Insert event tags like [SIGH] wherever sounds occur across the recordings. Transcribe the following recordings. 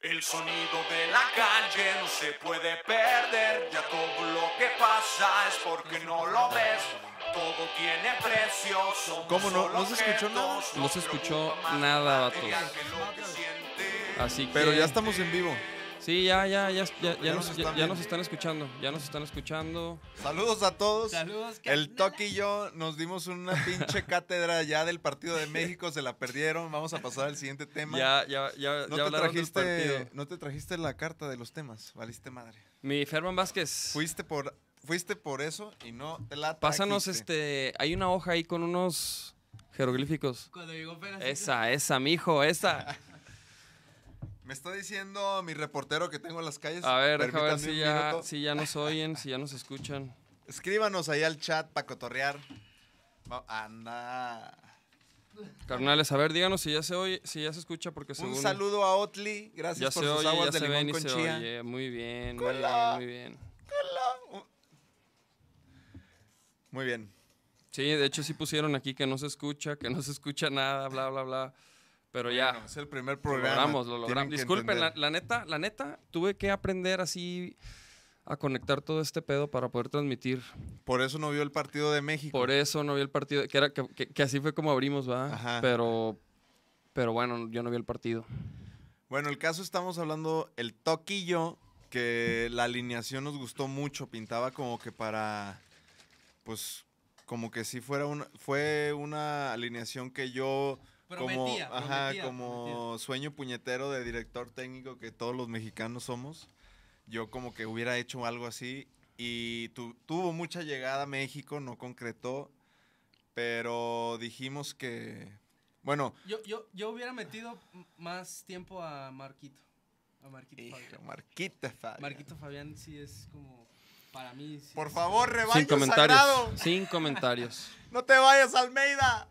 El sonido de la calle no se puede perder, ya todo lo que pasa es porque no lo ves, todo tiene precio, somos ¿Cómo no? solo ¿No se escuchó nada? objetos, No se escuchó preocupa más nada, la materia vatos. que lo que siente. Así que. Pero ya estamos en vivo. Sí, ya, ya, ya, ya, ya Ya nos, nos ya- están ya viendo. nos están escuchando. Ya nos están escuchando. Saludos a todos. Saludos. El carnal. Toki y yo nos dimos una pinche cátedra ya del partido de México, se la perdieron. Vamos a pasar al siguiente tema. Ya, ya, ya, no ya te hablaron del trajiste, partido. no te trajiste la carta de los temas, valiste madre. Mi Ferman Vázquez. Fuiste por, fuiste por eso y no te la Pásanos trajiste. este. Hay una hoja ahí con unos jeroglíficos. Cuando llegó Feracito. Esa, esa, [LAUGHS] mijo, esa. Me está diciendo mi reportero que tengo en las calles. A ver, déjame ver Permítanme si un ya, minuto. si ya nos oyen, si ya nos escuchan. Escríbanos ahí al chat para cotorrear. Va- Anda. Carnales, a ver, díganos si ya se oye, si ya se escucha, porque según. Un saludo a Otli. Ya Gracias por se sus oye, aguas ya de se limón ven y con se chía. oye. Muy bien, muy bien, Hola. muy bien. Muy bien. Sí, de hecho sí pusieron aquí que no se escucha, que no se escucha nada, bla, bla, bla. Pero ya, Bueno, es el primer lo programa. logramos, lo Tienen logramos. que Disculpen, la, entender. la neta, la neta, tuve que aprender así a conectar todo este pedo para poder transmitir. Por eso no vio el partido de México. Por eso no vi el partido, que, era, que, que- que así fue como abrimos, ¿va? Ajá. Pero, pero bueno, yo no vi el partido. Bueno, el caso estamos hablando el toquillo, que la alineación nos gustó mucho, pintaba como que para, pues, como que si fuera una, fue una alineación que yo Prometía, como, ajá, prometía, como prometía. sueño puñetero de director técnico que todos los mexicanos somos, yo como que hubiera hecho algo así y tu- tuvo mucha llegada a México, no concretó, pero dijimos que, bueno, Yo, yo, yo hubiera metido m- más tiempo a Marquito. A Marquito hijo, Fabián. Marquita Fabián. Marquito Fabián sí es como. Para mí. sí Por es- favor, rebaño Sin comentarios. sagrado. Sin comentarios. No te vayas, Almeida.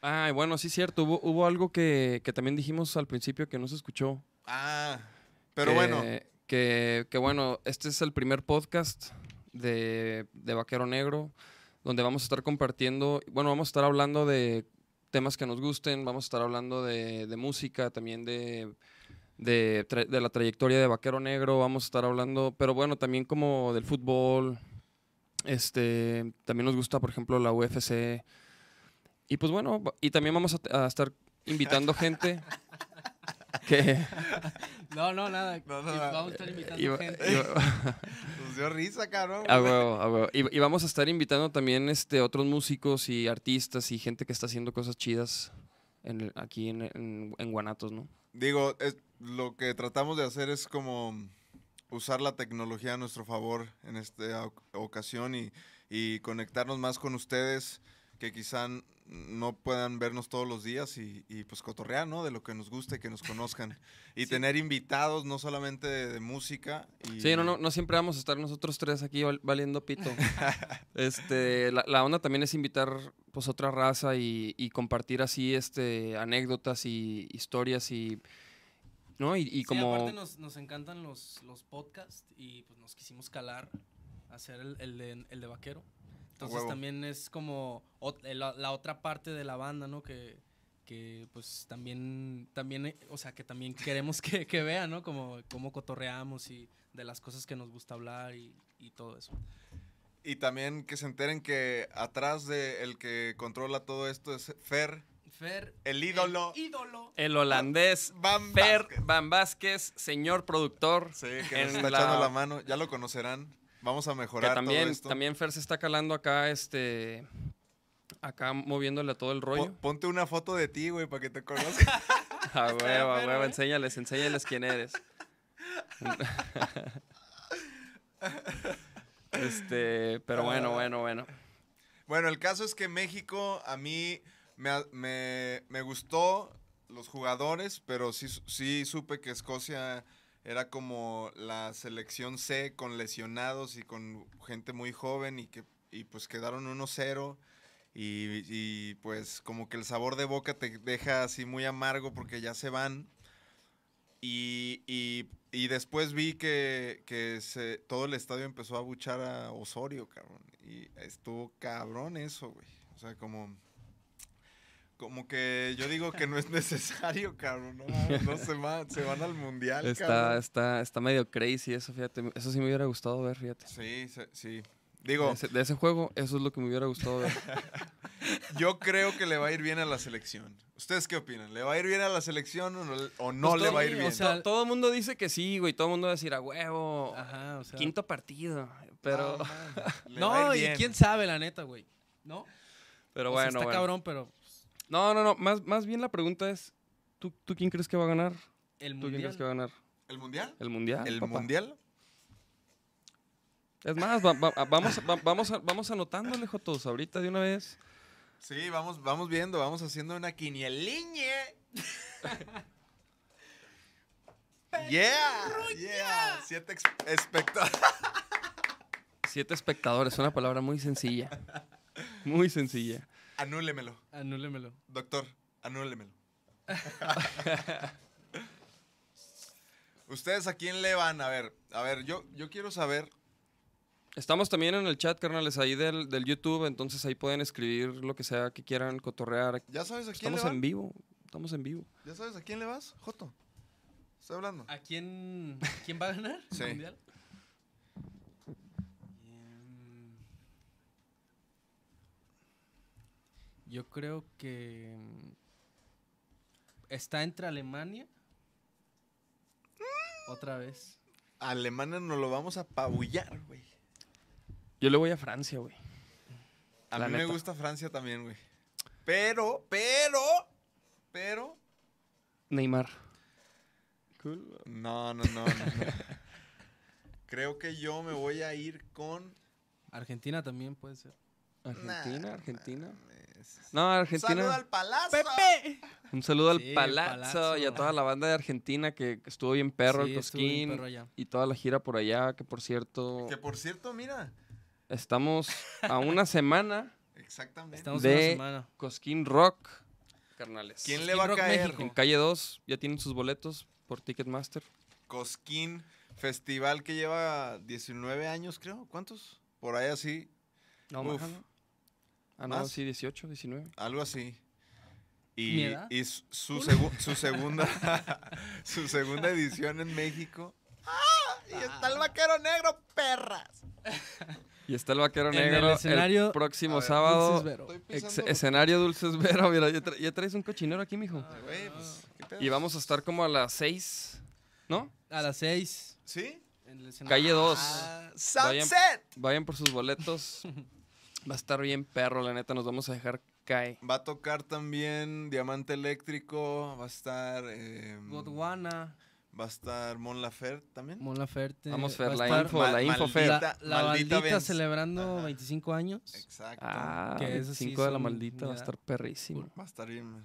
Ay, bueno, sí, cierto. Hubo, hubo algo que, que también dijimos al principio que no se escuchó. Ah, pero que- bueno, Que, que bueno, este es el primer podcast de, de Vaquero Negro, donde vamos a estar compartiendo, bueno, vamos a estar hablando de temas que nos gusten, vamos a estar hablando de, de música, también de, de, tra- de la trayectoria de Vaquero Negro, vamos a estar hablando, pero bueno, también como del fútbol, este, también nos gusta, por ejemplo, la UFC. Y pues bueno, va- y también vamos a, a estar invitando gente que... No, no, nada. No, no, Y no. Vamos a estar invitando iba- gente. iba- nos dio risa, cabrón. A huevo, a huevo. Y, y vamos a estar invitando también este, otros músicos y artistas y gente que está haciendo cosas chidas en el- aquí en, en- en Guanatos, ¿no? Digo, es- lo que tratamos de hacer es como usar la tecnología a nuestro favor en esta oc- ocasión y, y conectarnos más con ustedes que quizá n- no puedan vernos todos los días y, y, pues cotorrear, ¿no? De lo que nos guste, que nos [LAUGHS] conozcan. Y tener invitados, no solamente de, de música. y- Sí, no, no, no siempre vamos a estar nosotros tres aquí val- valiendo [LAUGHS] pito. este, la, la onda también es invitar pues otra raza y, y compartir así este, anécdotas y historias y... ¿No? Y, y Sí, como... aparte nos, nos encantan los, los podcasts y pues nos quisimos calar a hacer el, el de, el de vaquero. Entonces huevo. también es como ot- eh, la, la otra parte de la banda, ¿no? Que, que pues también, también, eh, o sea, que también queremos que, que vean, ¿no? Como, cómo cotorreamos y de las cosas que nos gusta hablar y, y todo eso. Y también que se enteren que atrás de el que controla todo esto es Fer, Fer, el ídolo. el ídolo. El holandés Van Fer Vázquez. Van Vázquez, señor productor. Sí, que nos en está la- echando la mano. Ya lo conocerán. Vamos a Que mejorar todo también, esto. también Fer se está calando acá, este. Acá moviéndole a todo el Po- rollo. ponte una foto de ti, güey, para que te conozcan. [LAUGHS] [LAUGHS] A huevo, a Fer, huevo, ¿eh? enséñales, enséñales quién eres. este, pero bueno, Ah, bueno, bueno. bueno, el caso es que México a mí me, a- me- me gustó los jugadores, pero sí, su- sí supe que Escocia era como la selección C con lesionados y con gente muy joven y que y pues quedaron 1-0. Y, y, pues como que el sabor de boca te deja así muy amargo porque ya se van. Y, y- y después vi que, que se- todo el estadio empezó a buchar a Osorio, cabrón. Y estuvo cabrón eso, güey. O sea, como, Como que yo digo que no es necesario, cabrón. No, mames, no se, va, se van al mundial, Está, cabrón. está, está medio crazy eso, fíjate. Eso sí me hubiera gustado ver, fíjate. Sí, se- sí. De Digo, ese, de ese juego, eso es lo que me hubiera gustado ver. yo creo que le va a ir bien a la selección. ¿Ustedes qué opinan? ¿Le va a ir bien a la selección o no, o [LAUGHS] no Pues le todo- va a ir sí, o bien? sea, To- todo el mundo dice que sí, güey. Todo el mundo va a decir a huevo. Ajá, Ah. o sea. Quinto partido. Pero, No, mames, [LAUGHS] le va a no, ir y bien. quién sabe, la neta, güey. ¿No? pero O sea, bueno, está bueno. cabrón, pero No, no, no. Más, más bien la pregunta es: ¿tú, ¿tú quién crees que va a ganar? el ¿Tú quién mundial. crees que va a ganar? ¿El mundial? ¿El mundial? ¿El Ah, papá? mundial? Es más, va- va- vamos, va- vamos, a- vamos anotándole, Jotos, ahorita de una vez. Sí, vamos, vamos viendo, vamos haciendo una quinieliña. yeah, yeah. Siete espectadores. [LAUGHS] Siete espectadores, una palabra muy sencilla. Muy sencilla. Anúlemelo, Anúlemelo. doctor, anúlemelo. ¿Ustedes a quién le van? A ver, a ver, yo, yo quiero saber. Estamos también en el chat, carnales, ahí del, del YouTube, entonces ahí pueden escribir lo que sea que quieran, cotorrear. ¿Ya sabes a quién Estamos le van? en vivo, estamos en vivo. ¿Ya sabes a quién le vas, Joto? ¿Estás hablando? ¿A quién, quién va a ganar el Sí. mundial? Mm. Yo creo que mm, está entre Alemania otra vez. A Alemania nos lo vamos a pabullar, güey. Yo le voy a Francia, güey. A La mí me neta. gusta Francia también, güey. Pero, pero, pero. Neymar. No, no, no. no, [LAUGHS] no. Creo que yo me voy a ir con. Argentina también puede ser. Argentina, Nah, Argentina. mames. No, Argentina. eh, Saluda al palazo. Un saludo al Sí, el palazzo, Palazzo. y a toda la banda de Argentina que que estuvo bien perro, el Sí, estuvo bien Cosquín. perro allá. Y toda la gira por allá, que por cierto, Que por cierto, mira. estamos a una semana Exactamente. Estamos De- en una semana. Cosquín Rock, carnales. ¿Quién le Skin va a Rock caer? En México. calle 2 ya tienen sus boletos por Ticketmaster. Cosquín Festival que lleva 19 años, creo. ¿Cuántos? Por ahí así. No, Uf. más, ¿no? Ah, no, ¿Más? sí, 18, 19. Algo así. ¿Mi Y, edad? y su, su segu- [LAUGHS] su segunda [LAUGHS] su segunda edición en México. ¡Ah! Y está el vaquero negro, perras. Y está el Vaquero En el Negro escenario- próximo A ver, sábado. Dulces Vero. Estoy Ex- pisando. escenario Dulces Vero. Mira, ya, tra- ya traes un cochinero aquí, Ah. mijo. Güey, pues, ¿qué pedo? Ah. Y vamos a estar como a las 6, ¿no? A las 6. ¿Sí? Calle 2. Pues, Ah, Vayan- Ah, ¡Sunset! Vayan por sus [LAUGHS] boletos. Va a estar bien perro, la neta. Nos vamos a dejar caer. Va a tocar también Diamante Eléctrico, va a estar... eh, Godwana. va a estar Mon Laferte también. Mon Laferte. Vamos, va Fer, a la estar- info, Ma- la info, maldita- Fer. La, la Maldita maldita Benz. celebrando Ajá. 25 años. Exacto. Ah, Que eso sí 25 de la son maldita. Va a ya. estar perrísimo. Va a estar bien.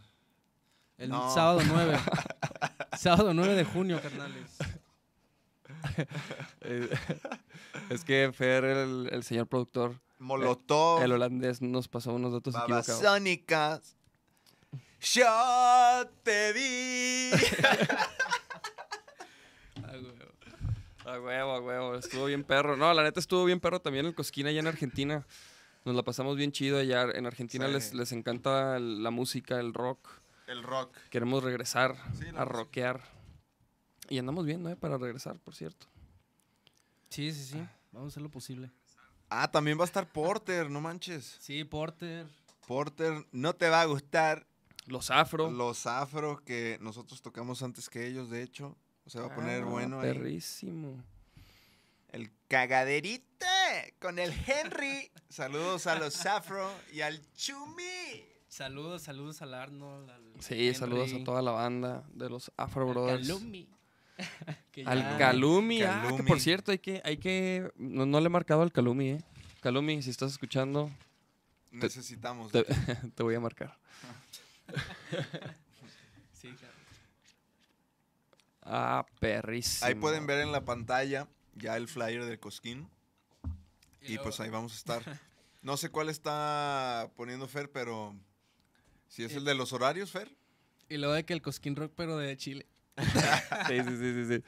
Eh, El No. sábado [LAUGHS] 9. sábado 9 de junio, carnales. Eh, [LAUGHS] es que Fer, el, el señor productor, Molotov. el holandés, nos pasó unos datos equivocados. Babasónicas. Yo te vi. Ah, A huevo, a huevo, estuvo bien perro. No, la neta estuvo bien perro también el Cosquín allá en Argentina. Nos la pasamos bien chido allá. En Argentina Sí. les, les encanta el- la música, el rock. [LAUGHS] El rock. Queremos regresar Sí, la a música. rockear. Y andamos bien, ¿no? Para regresar, por cierto. Sí, sí, sí. Vamos a hacer lo posible. Ah, también va a estar Porter, no manches. Sí, Porter. Porter, no te va a gustar. Los afro. Los afro que nosotros tocamos antes que ellos, de hecho. Se va a poner Ah, bueno ahí. Perrísimo. El cagaderita con el Henry. Saludos a los afro y al Chumi. Saludos, saludos al Arnold. Al Sí, saludos a toda la banda de los Afro Al Brothers. Calumi. [LAUGHS] Que ya- Al Calumi, ah, que por Calumi. cierto, hay que, hay que, no, no le he marcado al Calumi, eh. Calumi, si estás escuchando, [LAUGHS] Necesitamos. te, te voy a marcar. Sí, claro. Ah, perrísimo. Ahí pueden ver en la pantalla ya el flyer del Cosquín. Y, luego- [LAUGHS] pues ahí vamos a estar. No sé cuál está poniendo Fer, pero si es el de los horarios, [LAUGHS] Fer. Y luego de que el Cosquín Rock, pero de Chile. Sí, sí, sí, sí, sí.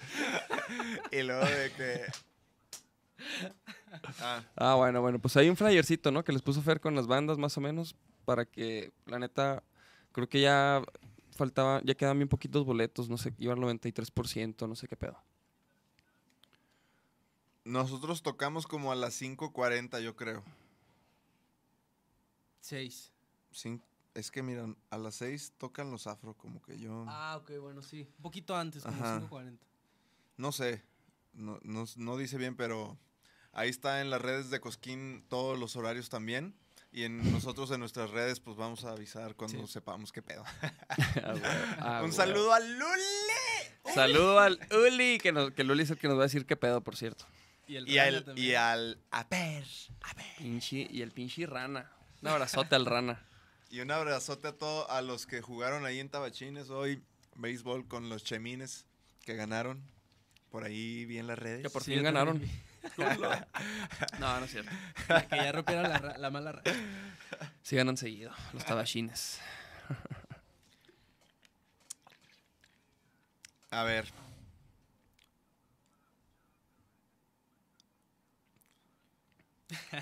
Y luego de que... Ah, Ah, bueno, bueno, pues hay un flyercito, ¿no? Que les puso Fer con las bandas, más o menos, para que, la neta, Creo que ya faltaba, ya quedaban bien poquitos boletos, no sé, iba al 93%, no sé qué pedo. [LAUGHS] Nosotros tocamos como a las 5.40, yo creo. Seis. Cin- es que miran, a las 6 tocan los afro, como que yo... Ah, ok, bueno, sí. Un poquito antes, como Ajá. 5.40. No sé, no, no- no dice bien, pero ahí está en las redes de Cosquín todos los horarios también. Y en nosotros en nuestras redes, pues vamos a avisar cuando Sí. sepamos qué pedo. Ah, güey. Ah, Un güey. saludo a Lule. Saludo al Uli, que, nos- que el Uli es el que nos va a decir qué pedo, por cierto. Y el Y Rana al, también. y al Aper. Pinche, y el pinche rana. Un abrazote al rana. Y un abrazote a todos a los que jugaron ahí en Tabachines hoy, béisbol con los Chemines que ganaron. Por ahí vi en las redes. Que por Sí, fin yo ganaron. también No, no es cierto. vi. que ya rompieron la, ra- la mala racha. Sí ganan seguido, los tabachines. A ver. [LAUGHS]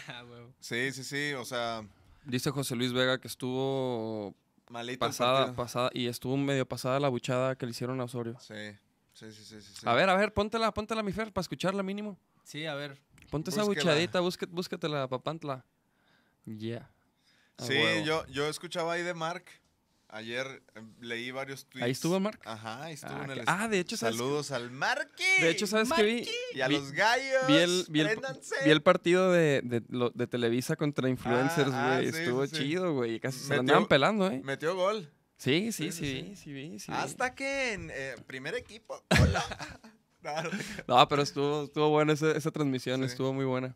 Ah, huevo. Sí, sí, sí. O sea, Dice José Luis Vega que estuvo malito. el pasada, partido. pasada, y estuvo medio pasada la buchada que le hicieron a Osorio. Sí, sí, sí, sí, sí, sí. A ver, a ver, póntela, póntela, mi Fer, para escucharla mínimo. Sí, a ver. Ponte esa Búsquela. buchadita, búsquet- búscatela, papantla. Ya. A Sí, huevo. yo, yo escuchaba ahí de Mark. Ayer eh, leí varios tweets. estuvo Mark? Ajá, ahí estuvo Ah, en el que- est- ah, de hecho, ¿sabes? Saludos al Marky. De hecho, ¿sabes qué vi? Y a Vi- los gallos. Vi el, vi el- préndanse. vi el partido de, de lo- de Televisa contra influencers, güey. Ah, ah, sí, sí, Estuvo sí. chido, güey. Casi se Metió- lo andaban pelando, ¿eh? Metió gol. Sí, sí, sí, sí, sí. vi, sí, vi, sí vi. Hasta que en eh, primer equipo. Hola. [LAUGHS] No, no te creas. No, pero estuvo, estuvo buena esa, esa transmisión, Sí. estuvo muy buena.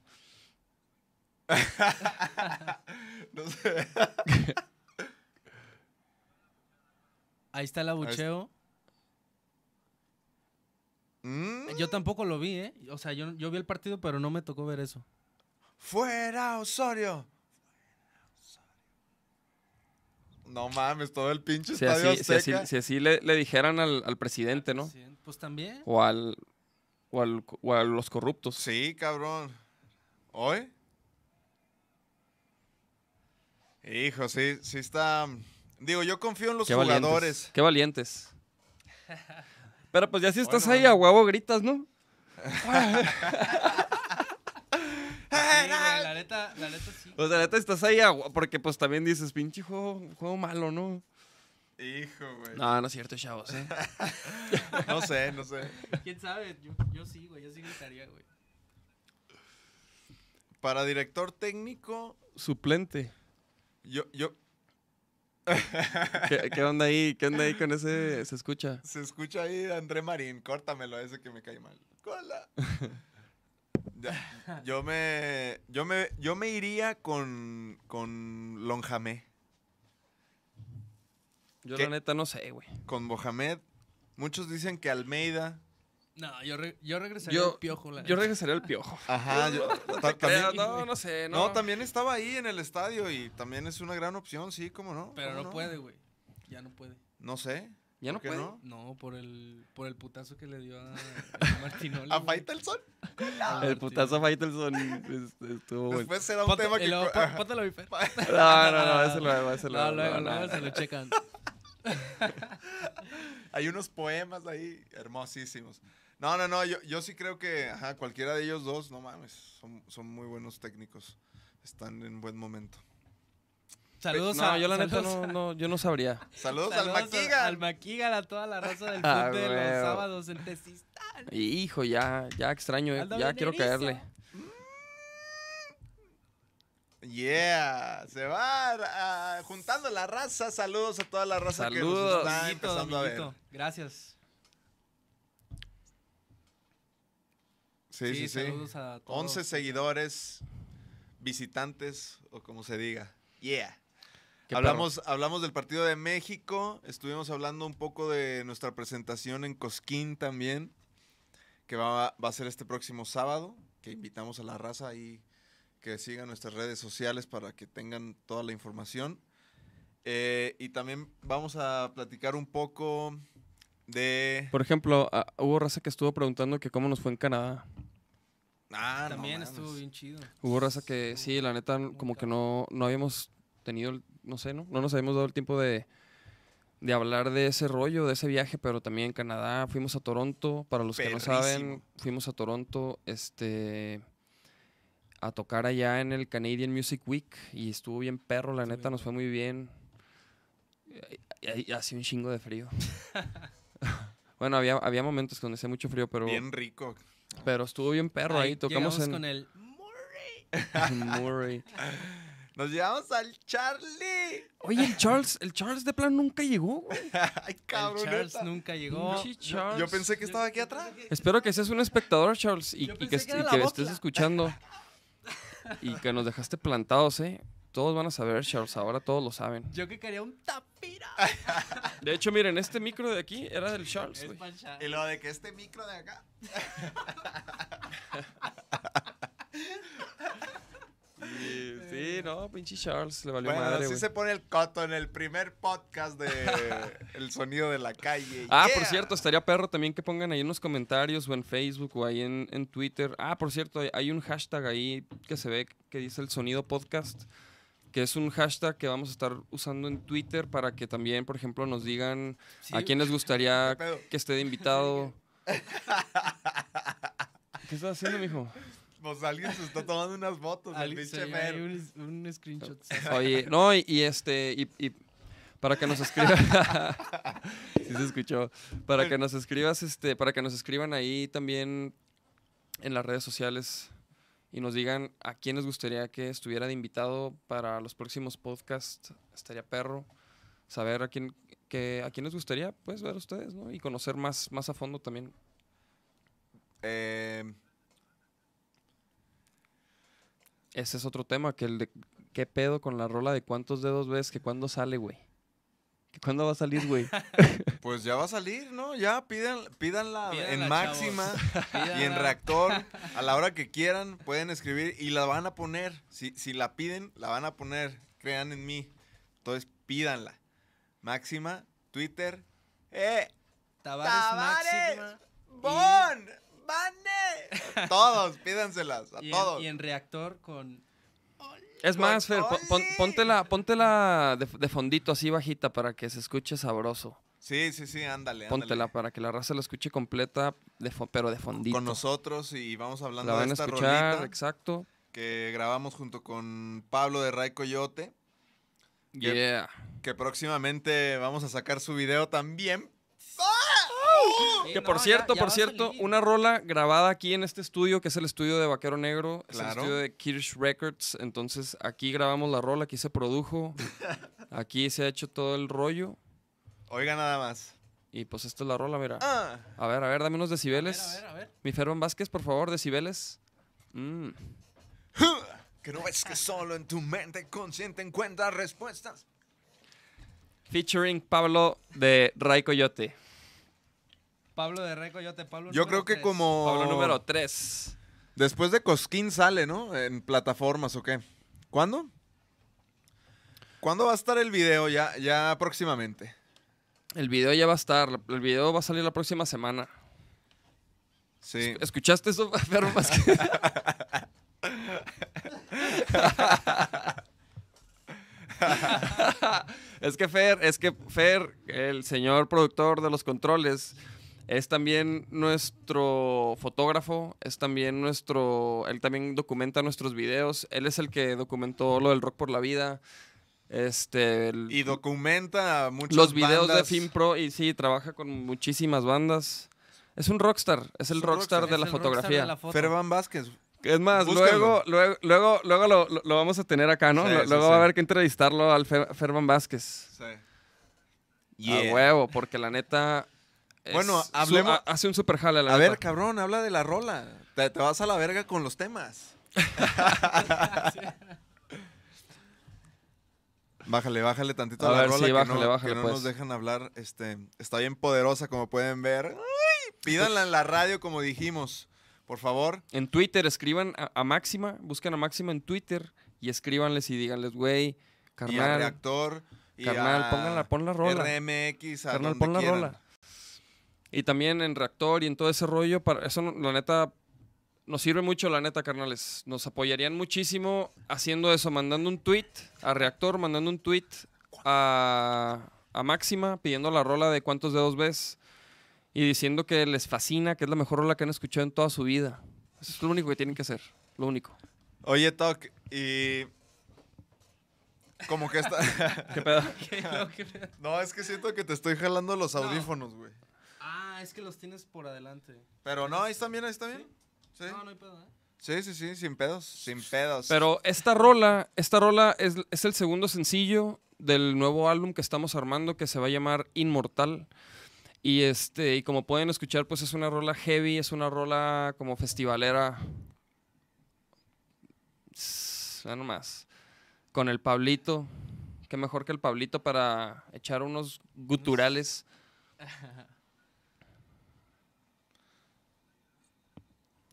[LAUGHS] No sé. Ahí está el abucheo. Mm, Yo tampoco lo vi, ¿eh? O sea, yo, yo vi el partido, pero no me tocó ver eso. [LAUGHS] Fuera Osorio. No mames, todo el pinche Si estadio así, si así, Azteca. si así le, le dijeran al, al presidente, ¿no? Sí, [LAUGHS] Pues también. O, al, o, al, o a los corruptos. Sí, cabrón. ¿Hoy? Hijo, sí, sí está. Digo, yo confío en los Qué valientes. jugadores. Qué valientes. [LAUGHS] Pero pues ya si estás Bueno, ahí a huevo gritas, ¿no? Sí, güey, la neta, la neta sí. O sea, neta estás ahí a hue- porque pues también dices, pinche juego, juego malo, ¿no? Hijo, güey. No. No, no es cierto, chavos, ¿eh? sé, no sé. ¿Quién sabe? Yo, yo sí, güey. Yo sí gritaría, güey. Para director técnico, Suplente. yo, yo ¿Qué, qué onda ahí? ¿Qué onda ahí con ese? Se escucha. se escucha ahí André Marín, córtamelo, ese que me cae mal. Cola. Ya, yo me. Yo me. Yo me iría con. con Lonjamé. Yo ¿Qué? la neta no sé, güey. Con Mohamed. Muchos dicen que Almeida. No, yo, re- yo regresaría Yo- al piojo, la Yo neta. regresaría al piojo. Ajá, yo- [LAUGHS] ta- también, Creo, no, no sé, no. No, también estaba ahí en el estadio y también es una gran opción, sí, cómo no. Pero cómo no puede, güey. Ya no puede. No sé. Ya no ¿por qué puede. No, por el, por el putazo que le dio a, a [LAUGHS] Martinoli. ¿A güey. Faitelson? A Ah, El Martinoli. putazo a Faitelson es- estuvo [LAUGHS] bueno. Después será un Ponte- tema que. y luego, co- pon- ajá. póntelo, mi Fer. No, no, no, ese lo hago, ese lo No, hago. luego, no, luego no. se lo checan. [LAUGHS] Hay unos poemas ahí hermosísimos. No, no, no, yo, yo sí creo que ajá, cualquiera de ellos dos, no mames, son, son muy buenos técnicos. Están en buen momento. Saludos No, a... yo la neta saludos no, a- no, yo no sabría. Saludos, saludos al Maquiga. a- Al Maquigan, a toda la raza del Ah, club de los huevo. sábados en Tesista. Hijo, ya, ya extraño, eh, Ando ya bien quiero erizo. caerle. Yeah, se va ah, juntando la raza. Saludos a toda la raza Saludos. que nos está Amiguito, empezando a ver. amiguito. Gracias. Sí, sí, sí. saludos a todos. 11 seguidores, visitantes o como se diga. Yeah. Qué Hablamos, hablamos del partido de México, estuvimos hablando un poco de nuestra presentación en Cosquín también, que va, va a ser este próximo sábado, que invitamos a la raza ahí que sigan nuestras redes sociales para que tengan toda la información. Eh, y también vamos a platicar un poco de... Por ejemplo, ah, hubo raza que estuvo preguntando que cómo nos fue en Canadá. Ah, no También mames. estuvo bien chido. Hubo raza que sí, la neta, n- como que no, no habíamos tenido, el- no sé, ¿no? No nos habíamos dado el tiempo de, de hablar de ese rollo, de ese viaje, pero también en Canadá. Fuimos a Toronto, para los que no saben, Perrísimo. fuimos a Toronto este, a tocar allá en el Canadian Music Week y estuvo bien perro, la Estuvo neta, bien nos fue muy bien. Y- y- Hacía un chingo de frío. bueno, había, había momentos donde hacía mucho frío, pero, Bien rico. pero estuvo bien perro ahí. Tocamos llegamos en, con el... Mm, en Murray. Nos llevamos al Charlie. Oye, el Charles, el Charles de plan nunca llegó, güey. Ay, El cabrón. Charles nunca llegó. Pinche Charles. Yo pensé que estaba aquí atrás. Espero que seas un espectador, Charles, y, Yo y que, pensé est- que era y la que bocla. estés escuchando. Y que nos dejaste plantados, ¿eh? Todos van a saber, Charles, ahora todos lo saben. Yo que quería un tapira. De hecho, miren, este micro de aquí era del Charles, Es güey. pa'l Charles. Y lo de que este micro de acá. Sí, sí, no, pinche Charles, le valió Bueno, madre, así güey. se pone el coto en el primer podcast [LAUGHS] de El Sonido de la Calle. Ah, por Yeah. cierto, estaría perro también que pongan ahí en los comentarios o en Facebook o ahí en, en Twitter. Ah, por cierto, hay, hay un hashtag ahí que se ve que dice el sonido podcast, que es un hashtag que vamos a estar usando en Twitter para que también, por ejemplo, nos digan Sí, a quién les gustaría ¿Qué pedo? que [LAUGHS] esté de invitado. ¿Qué estás haciendo, mijo? Pues alguien se está tomando unas fotos del alguien- pinche sí, hay Mer. un, un screenshot. Oye, no, y, y este, y, y para que nos escriban, [LAUGHS] sí se escuchó, para que nos escribas, este, para que nos escriban ahí también en las redes sociales y nos digan a quién les gustaría que estuviera de invitado para los próximos podcasts, estaría perro saber a quién, que, a quién les gustaría, pues, ver a ustedes, ¿no? Y conocer más, más a fondo también. Eh, Ese es otro tema, que el de qué pedo con la rola de cuántos dedos ves, que cuándo sale, güey. Que cuándo va a salir, güey. pues ya va a salir, ¿no? Ya pidan, pídanla, Pídanla, en [LAUGHS] máxima chavos. [LAUGHS] y en Pídanla. [LAUGHS] reactor. A la hora que quieran, pueden escribir y la van a poner. Si, si la piden, la van a poner. Crean en mí. Entonces pídanla. Máxima, Twitter. ¡Eh! Tavares, Tavares. Máxima. ¡Bon! [LAUGHS] ¡Vane! Todos, pídanselas, a Y en, todos. y en reactor con... Es Con más, Fer, pon- pon- Oli. póntela, póntela de, de fondito así bajita para que se escuche sabroso. Sí, sí, sí, ándale, ándale. Póntela para que la raza la escuche completa, de fo- pero de fondito. Con nosotros y vamos hablando la de van a esta escuchar, rolita exacto. que grabamos junto con Pablo de Ray Coyote, Yep. Yeah. que próximamente vamos a sacar su video también. Sí, Que no, por ya- cierto, ya va por a cierto, salir. una rola grabada aquí en este estudio, que es el estudio de Vaquero Negro, es el Claro. estudio de Kirsch Records. Entonces aquí grabamos la rola, aquí se [LAUGHS] produjo, aquí se ha hecho todo el rollo. Oiga nada más. Y pues esta es la rola, mira. Ah, A ver, a ver, dame unos A ver, decibeles. a ver, a ver. Mi Ferman Vázquez, por favor, decibeles. Mm. que no es que solo en tu mente consciente encuentras respuestas. Featuring Pablo de Ray Coyote. Pablo de Reco, yo te Pablo. Yo número creo que tres. como... Pablo número 3. Después de Cosquín sale, ¿no? En plataformas, ¿o qué? ¿Cuándo? ¿Cuándo va a estar el video? Ya, ya próximamente. El video ya va a estar. El video va a salir la próxima semana. Sí. ¿Escuchaste eso, [LAUGHS] Ferman Vázquez? es que Fer, es que Fer, el señor productor de los controles, es también nuestro fotógrafo, es también nuestro, él también documenta nuestros videos, él es el que documentó lo del rock por la vida, este, el- Y documenta muchos los videos de bandas. FinPro y sí, trabaja con muchísimas bandas. Es un rockstar, es el Es un rockstar. rockstar, de Es la el rockstar fotografía. de la foto. [LAUGHS] Ferván Vázquez. Es más, Búscalo. luego, luego, luego, luego lo, lo- lo vamos a tener acá, ¿no? Sí, Lo- sí, luego sí. va a haber que entrevistarlo al Fer- Ferman Vázquez. Sí. A huevo, porque la neta. es Bueno, su- hablemos- ha- hace un super jale, la A ver, neta. cabrón, habla de la rola. Te, te vas a la verga con los [LAUGHS] temas. Bájale, bájale tantito A a, la ver, rola sí, que bájale, no, bájale, que no pues. nos dejan hablar. Este, está bien poderosa, como pueden ver. ¡Ay! Pídanla en la radio, como dijimos. Por favor. En Twitter escriban a, a Máxima, busquen a Máxima en Twitter y escríbanles y díganles, y güey, al carnal, reactor. Y carnal, a pónganla- pon la rola. RMX, a carnal, donde pon la quieran. rola. Y también en Reactor y en todo ese rollo, para eso no- la neta nos sirve mucho, la neta, carnales. Nos apoyarían muchísimo haciendo eso, mandando un tweet a Reactor, mandando un tweet a, a Máxima pidiendo la rola de cuántos dedos ves y diciendo que les fascina, que es la mejor rola que han escuchado en toda su vida. Eso es lo único que tienen que hacer, lo único. Oye, Toc, y. Como que [LAUGHS] está. ¿Qué pedo? ¿Qué? No, qué pedo. no, es que siento que te estoy jalando los audífonos, güey. Ah, es que los tienes por adelante. Pero no, ahí están bien, ahí están bien. Sí. No, no hay pedo, ¿eh? Sí, sí, sí, sin pedos, sin pedos. Pero esta rola, esta rola es, es el segundo sencillo del nuevo álbum que estamos armando que se va a llamar Inmortal. Y este, y como pueden escuchar, pues es una rola heavy, es una rola como festivalera. Sss, Vean nomás. Con el Pablito. Qué mejor que el Pablito para echar unos guturales.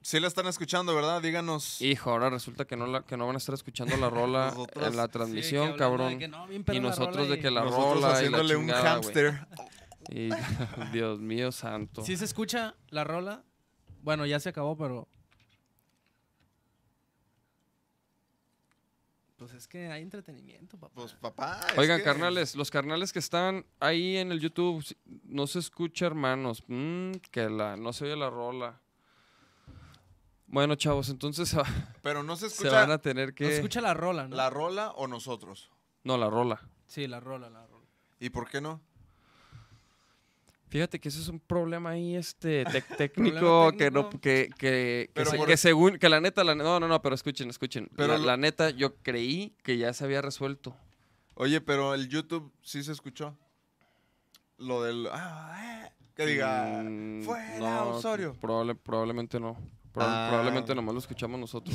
Sí la están escuchando, ¿verdad? Díganos. Hijo, ahora resulta que no, la, que no van a estar escuchando la [LAUGHS] rola Nosotros- en la Sí, que transmisión, hablando de cabrón. que no, bien perra Y la nosotros rola de que y- la Nosotros rola y la haciéndole un chingada, güey. hamster. Y [LAUGHS] Dios mío santo. Si se escucha la rola, bueno, ya se acabó, pero. Pues es que hay entretenimiento, papá. Pues papá. es Oigan, que- carnales, los carnales que están ahí en el YouTube, si- no se escucha, hermanos. Mm, que la, no se oye la rola. Bueno, chavos, entonces [LAUGHS] ah, Pero no se se escucha van a tener que. No se escucha la rola, ¿no? la rola o nosotros. No, la rola. Sí, la rola, la rola. ¿Y por qué no? Fíjate que eso es un problema ahí, este, tec- [LAUGHS] Problema técnico, que no, técnico. que, que, que, Pero se- por- que según, que la neta, la, ne- no, no, no, pero escuchen, escuchen. Pero la, lo- la neta, yo creí que ya se había resuelto. Oye, pero el YouTube sí se escuchó. Lo del. ah, eh, que diga. Mm, Fuera, no, Osorio. [LAUGHS] [LAUGHS] probable- probablemente no. Proba- Ah. Probablemente nomás lo escuchamos nosotros.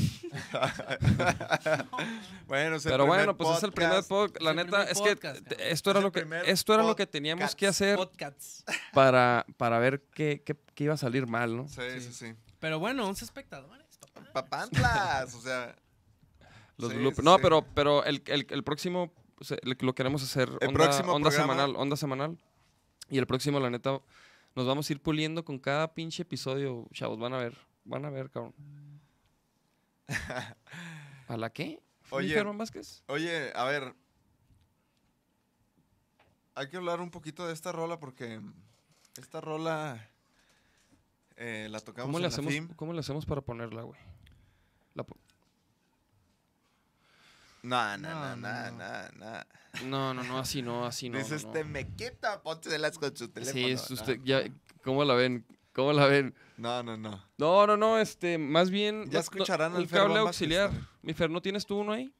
Bueno, es el Pero primer bueno, pues es el primer podcast. podcast. La Es el neta primer es que podcast, te- cabrón. esto era, Es lo el que, primer esto era lo que teníamos que podcast. hacer Podcasts. para, para ver qué, qué- qué iba a salir mal, ¿no? Sí, sí, sí. Pero bueno, 11 espectadores, papá. Papantlas, o sea. Los Sí, bloopers. sí, No, sí. pero, pero el, el- el próximo o sea, el- lo queremos hacer El onda, próximo onda programa- semanal, onda semanal. Y el próximo, la neta, nos vamos a ir puliendo con cada pinche episodio, chavos. Van a ver, van a [LAUGHS] ver, cabrón. ¿A la qué? Oye. Oye. Vázquez? Oye, a ver. Hay que hablar un poquito de esta rola porque esta rola eh, la tocamos ¿Cómo en le, la hacemos, FIM. ¿Cómo le hacemos para ponerla, güey? La po- No, no, no, No, no, no, no, no. No, no, no, así no, así no. Dice no, este, no. me quita, pónselas con su teléfono. Sí, es No, usted, ya, ¿cómo la ven? ¿Cómo la ven? No, no, no. No, no, no, este, más bien... Ya no- escucharán no, al Un Fer cable Bamba que auxiliar. está- Mi Fer, ¿no tienes tú uno ahí?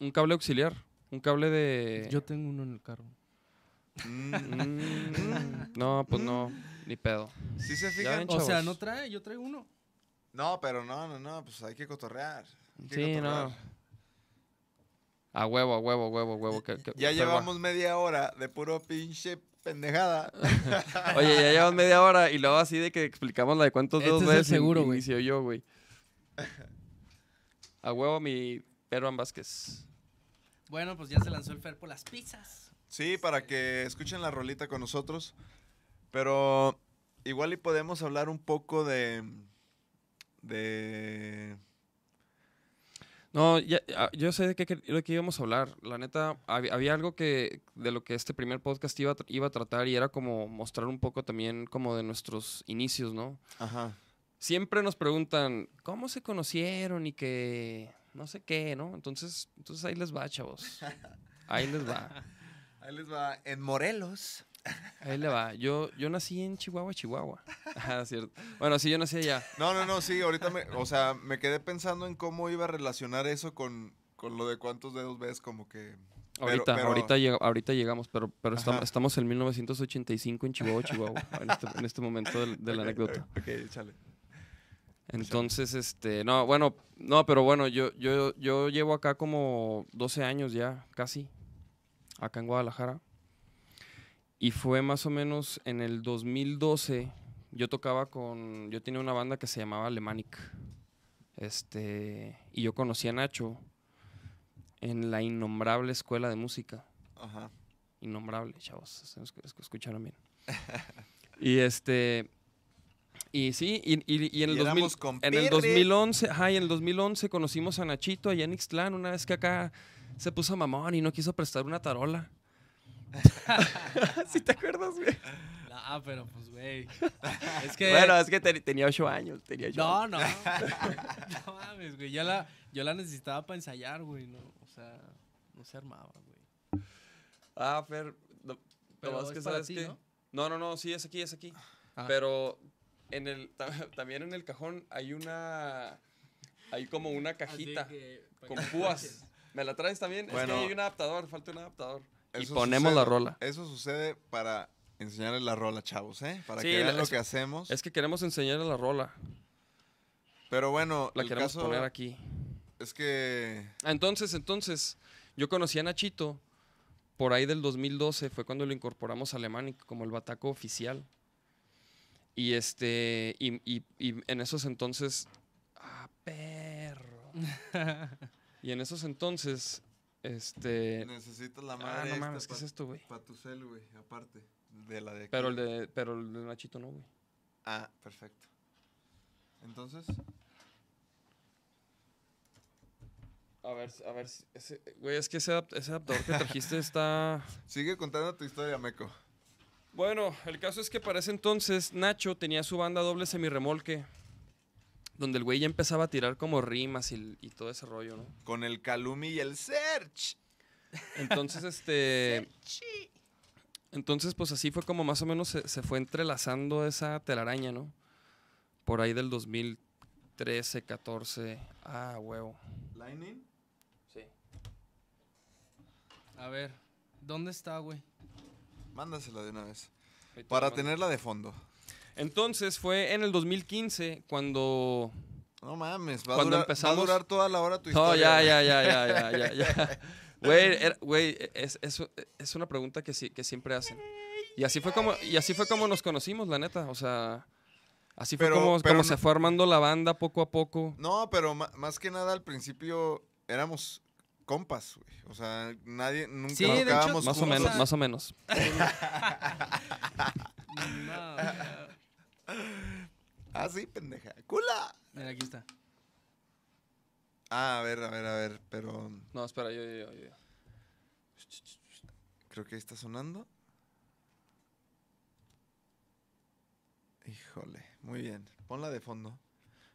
Un cable auxiliar. Un cable de... Yo tengo uno en el carro. Mm, Mm, no, pues no, [LAUGHS] ni pedo. ¿Sí se [LAUGHS] Ya fijan? ven, O sea, Chavos. no trae, yo traigo uno. No, pero no, no, no, pues hay que cotorrear. hay que Sí, cotorrear. no. A huevo, a huevo, a huevo, a huevo. que- que- Ya Fer, va. llevamos media hora de puro pinche pendejada. Oye, ya llevamos media hora y luego así de que explicamos la de cuántos Este dedos es el ves y- seguro, y güey. inicio yo, güey. A huevo mi Pervan Vázquez. Bueno, pues ya se lanzó el Fer por las pizzas. Sí, para que escuchen la rolita con nosotros. Pero igual y podemos hablar un poco de. de. No, ya, ah, yo sé de qué, quer- de qué íbamos a hablar. La neta, hab- había algo que de lo que este primer podcast iba, a tr- iba a tratar y era como mostrar un poco también como de nuestros inicios, ¿no? Ajá. Siempre nos preguntan, ¿cómo se conocieron y que no sé qué, ¿no? Entonces, entonces ahí les va, chavos. Ahí les va. Ahí les va. En Morelos. Ahí le va. Yo, yo nací en Chihuahua, Chihuahua. [LAUGHS] Ah, cierto. Bueno, sí, yo nací allá. No, no, no, sí, ahorita me. O sea, me quedé pensando en cómo iba a relacionar eso con, con lo de cuántos dedos ves, como que. Pero- Ahorita, pero- ahorita, llega- ahorita llegamos, pero, pero estam- Ajá. estamos en 1985 en Chihuahua, Chihuahua, en este, en este momento del- de, la Ok, anécdota. Ok, échale. Entonces, este, no, bueno, no, pero bueno, yo, yo, yo llevo acá como 12 años ya, casi, acá en Guadalajara. Y fue más o menos en el 2012, yo tocaba con, yo tenía una banda que se llamaba Alemanic. Este, y yo conocí a Nacho en la innombrable escuela de música. Ajá. Innombrable, chavos. es- es- es- Escucharon bien. [LAUGHS] y este. Y sí, y, y- y en, el Y 2000 éramos en compirris. el 2011, ajá, y en el 2011 conocimos a Nachito allá en Ixtlán, una vez que acá se puso mamón y no quiso prestar una tarola. [LAUGHS] ¿Sí te acuerdas, güey? Ah, pero pues, güey. [LAUGHS] Es que. Bueno, es que te- tenía ocho años. Tenía ocho no, años. [LAUGHS] no. [LAUGHS] No mames, güey. Yo la, yo la necesitaba para ensayar, güey. No, o sea, no se armaba, güey. Ah, Fer, no, Pero nomás es que para sabes ti, que- ¿no? No, no, no, sí, es aquí, es aquí. Ah. Pero en el, ta- [LAUGHS] también en el cajón hay una, hay como una cajita pues, con púas. ¿Me la traes también? es Bueno. que hay un adaptador, falta un adaptador. Y Eso ponemos la sucede- rola. Eso sucede para enseñarles la rola, chavos, ¿eh? Para Sí, que la- vean lo es- que hacemos. Es que queremos enseñar la rola. Pero bueno, La el queremos caso poner aquí. es que Ah, Entonces, entonces, yo conocí a Nachito por ahí del 2012, fue cuando lo incorporamos a Alemanic como el bataco oficial. Y este, y, y- y en esos entonces, ah, perro. [LAUGHS] y en esos entonces, este, necesitas la ah, madre no esta mames, ¿qué es esto, güey? para tu cel, güey, aparte de la de aquí. Pero el de, pero el de Nachito no, güey. Ah, perfecto. Entonces, A ver, a ver, si- ese- güey, es que ese, adap- ese adaptador que trajiste está... sigue contando tu historia, Meco. Bueno, el caso es que para ese entonces Nacho tenía su banda doble semirremolque, donde el güey ya empezaba a tirar como rimas y, l- y todo ese rollo, ¿no? Con el Calumi y el Search. Entonces, este... Entonces, pues así fue como más o menos se, se fue entrelazando esa telaraña, ¿no? Por ahí del 2013, 14. Ah, huevo. Lightning. Sí. A ver, ¿dónde está, güey? Mándasela de una vez. Para tenerla de fondo. Entonces fue en el 2015 cuando No mames, va a, Cuando durar, va a empezamos- durar toda la hora tu historia. No, ya, güey. ya, ya, ya, ya, ya, [LAUGHS] ya. Güey, era- güey, es, es- es una pregunta que, sí- que siempre hacen. Y así fue como, y así fue como nos conocimos, la neta. O sea, así fue Pero- como, pero como no- se fue armando la banda poco a poco. No, pero ma- más que nada al principio éramos compas, güey. O sea, nadie, nunca Sí, nos de hecho, tocábamos Más o juntos. menos, sea- más o menos. No, mira, Ah, sí, pendeja. ¡Cula! mira, aquí está. Ah, a ver, a ver, a ver, pero No, espera, yo, yo, yo. yo. creo que ahí está sonando. Híjole, muy bien. Ponla de fondo.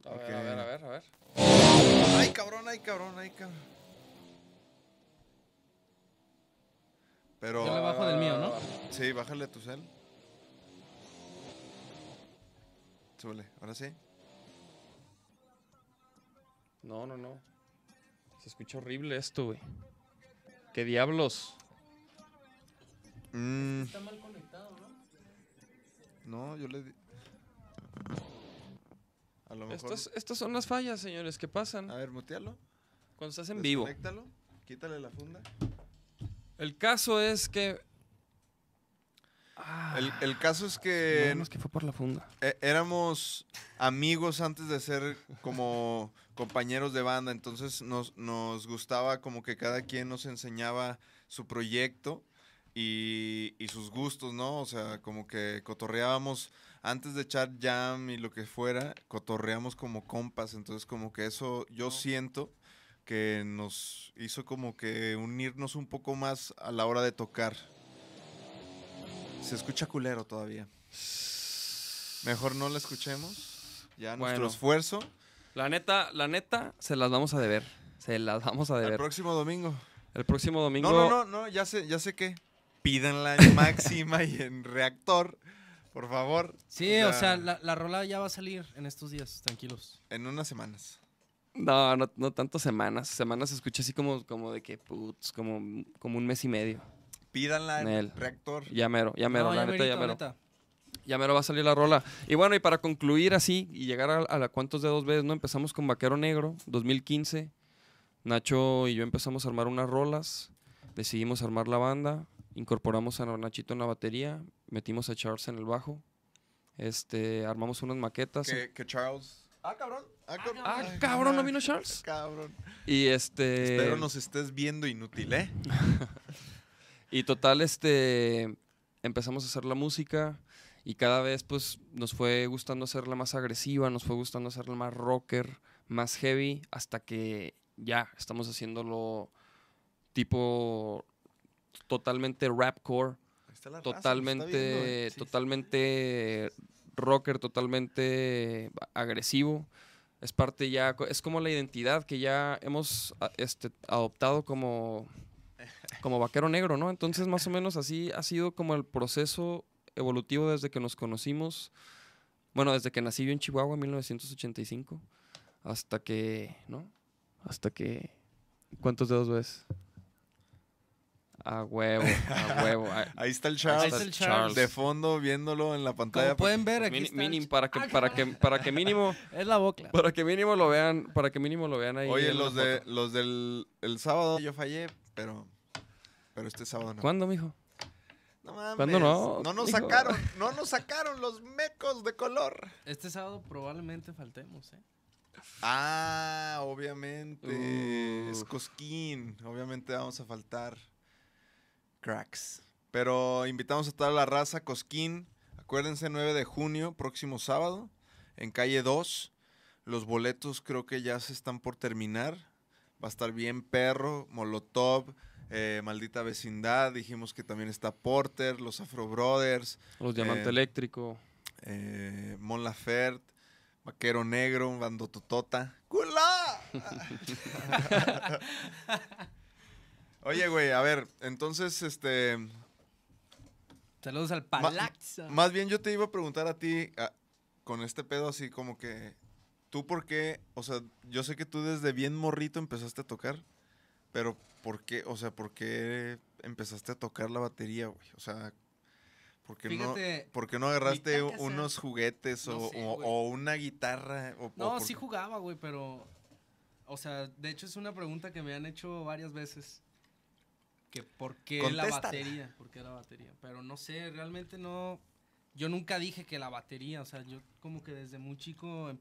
A ver, a ver, a ver, a ver. Ay, cabrón, ay, cabrón, ay, cabrón. Pero, Yo le bajo del mío, ¿no? sí, bájale a tu cel. Súbele, ahora sí. No, no, no. Se escucha horrible esto, güey. ¿Qué diablos? Mm, Está mal conectado, ¿no? no, yo le di. A lo mejor. Ah, Estas, estas son las fallas, señores, que pasan A ver, mutealo. cuando estás en vivo. Desconéctalo, Quítale la funda. El caso es que... Ah. El, el caso es que no, no, es que fue por la funda. é- éramos amigos antes de ser como compañeros de banda, entonces nos, nos gustaba como que cada quien nos enseñaba su proyecto y, y sus gustos, ¿no? O sea, como que cotorreábamos antes de chat jam y lo que fuera, cotorreamos como compas, entonces como que eso yo siento que nos hizo como que unirnos un poco más a la hora de tocar. Se escucha culero todavía. Mejor no la escuchemos. Ya Bueno. nuestro esfuerzo. La neta, la neta, se las vamos a deber. Se las vamos a El deber. próximo domingo. El próximo domingo. No, no, no, no, ya sé, ya sé qué. Pídanla en máxima y en reactor, por favor. Sí, o sea, la, la rola ya va a salir en estos días, tranquilos. En unas semanas. No, no, no tanto semanas. Semanas se escucha así como, como de que putz, como, como un mes y medio. Pídanla en Nel. reactor. Ya mero, ya mero, No, la ya neta, ya merito, mero. neta. Ya mero va a salir la rola. Y bueno, y para concluir así y llegar a, a la cuantos dedos ves, ¿no? Empezamos con Vaquero Negro, 2015. Nacho y yo empezamos a armar unas rolas. Decidimos armar la banda. Incorporamos a Nachito en la batería. Metimos a Charles en el bajo. Este, armamos unas maquetas. Que, que Charles. Ah, cabrón. Ah, cabrón. Ah, Ah, cabrón, ¿no vino Charles? Cabrón. Y este. Espero nos estés viendo inútil, ¿eh? Y total, este. Empezamos a hacer la música. Y cada vez, pues, nos fue gustando hacerla más agresiva, nos fue gustando hacerla más rocker, más heavy, hasta que ya estamos haciéndolo tipo totalmente rapcore, Ahí está la raza, nos está viendo, eh. totalmente, Sí, sí. totalmente rocker, totalmente agresivo. Es parte ya, co- es como la identidad que ya hemos a- este, [LAUGHS] adoptado como, como vaquero negro, ¿no? Entonces, más o menos así ha sido como el proceso evolutivo desde que nos conocimos. Bueno, desde que nací yo en Chihuahua en 1985 hasta que, ¿no? Hasta que ¿cuántos dedos ves? A huevo, a huevo. a- Ahí está el Charles. Ahí está el Charles. De fondo, viéndolo en la pantalla. Como pueden ver, aquí pues, Mini- está el minim- ch- Ah, para que para que para que mínimo [LAUGHS] Es la boca. para que mínimo lo vean para que mínimo lo vean ahí Oye, en la los de foto. los del el sábado yo fallé, pero pero este sábado no. ¿cuándo mijo No mames, ¿Cuándo no, No nos hijo? sacaron, no nos sacaron los mecos de color. Este sábado probablemente faltemos, ¿eh? Ah, obviamente. Es Uf. cosquín. Obviamente vamos a faltar. Cracks. Pero invitamos a toda la raza cosquín. Acuérdense, 9 de junio, próximo sábado, en calle 2. Los boletos creo que ya se están por terminar. Va a estar bien perro, Molotov, eh, Maldita Vecindad. Dijimos que también está Porter, los Afro Brothers. los diamante Eh, eléctrico Eh, Mon Laferte, Vaquero Negro, Bando Totota. ¡Cula! Oye, güey, a ver, entonces, este. Saludos al Palaxa. Más bien yo te iba a preguntar a ti, a- con este pedo así como que. ¿Tú por qué? O sea, yo sé que tú desde bien morrito empezaste a tocar, pero ¿por qué? O sea, ¿por qué empezaste a tocar la batería, güey? O sea, ¿por qué no.? Fíjate. ¿Por qué no agarraste caca, o sea, unos juguetes no o, sé, o- güey. o una guitarra? O, o No, por sí qué? jugaba, güey, pero. O sea, de hecho es una pregunta que me han hecho varias veces. Que por qué la Contéstala. batería. ¿Por qué la batería? Pero no sé, realmente no. Yo nunca dije que la batería. O sea, yo como que desde muy chico em,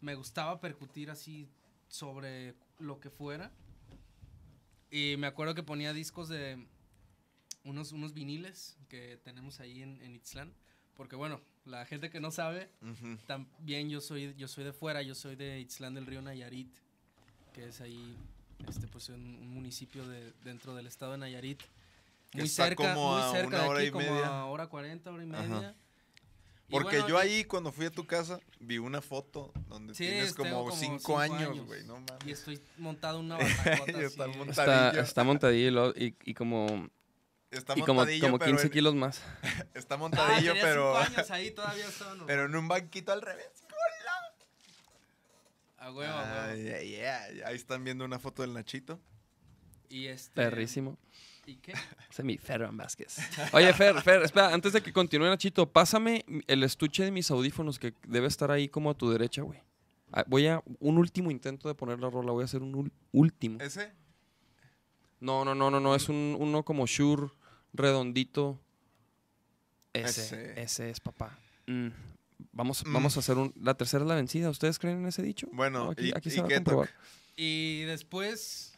me gustaba percutir así sobre lo que fuera. Y me acuerdo que ponía discos de unos, unos viniles que tenemos ahí en, en Itzlán. Porque bueno, la gente que no sabe, Ujú. también yo soy, yo soy de fuera, yo soy de Itzlán del Río Nayarit, que es ahí, este, pues un, un municipio de, dentro del estado de Nayarit. Que Muy está cerca, como muy a cerca una de hora aquí, y como media. a hora 40, hora y Ajá. media. Y Porque bueno, yo y- ahí cuando fui a tu casa vi una foto donde Sí, tienes tengo como, como cinco, cinco años, años. güey. No mames. Y estoy [LAUGHS] montado en una batacota Yo estaba así. montado. está, Montadillo. está montadillo y lo- y, y como Está y como, montadillo, como pero 15 en- kilos más Está Ah, montadillo, tenía pero, cinco años ahí, todavía estaba [LAUGHS] normal. pero en un banquito al revés. A huevo, a huevo. Ah, yeah, yeah. Ahí están viendo una foto del Nachito. Y este... perrísimo ¿Y qué? Ese es mi [LAUGHS] Ferran Vázquez. Oye, Fer, Fer, espera, antes de que continúe Nachito, pásame el estuche de mis audífonos que debe estar ahí como a tu derecha, güey. Ah, Voy a un último intento de poner la rola, voy a hacer un ul- último. ¿Ese? No, no, no, no, no, es un, uno como Shure, redondito. Ese, Ese. ese, es papá. Mm. Vamos, Mm. vamos a hacer un, la tercera es la vencida. ¿Ustedes creen en ese dicho? Bueno, No, aquí, ¿y- aquí y se va qué a comprobar. Y después...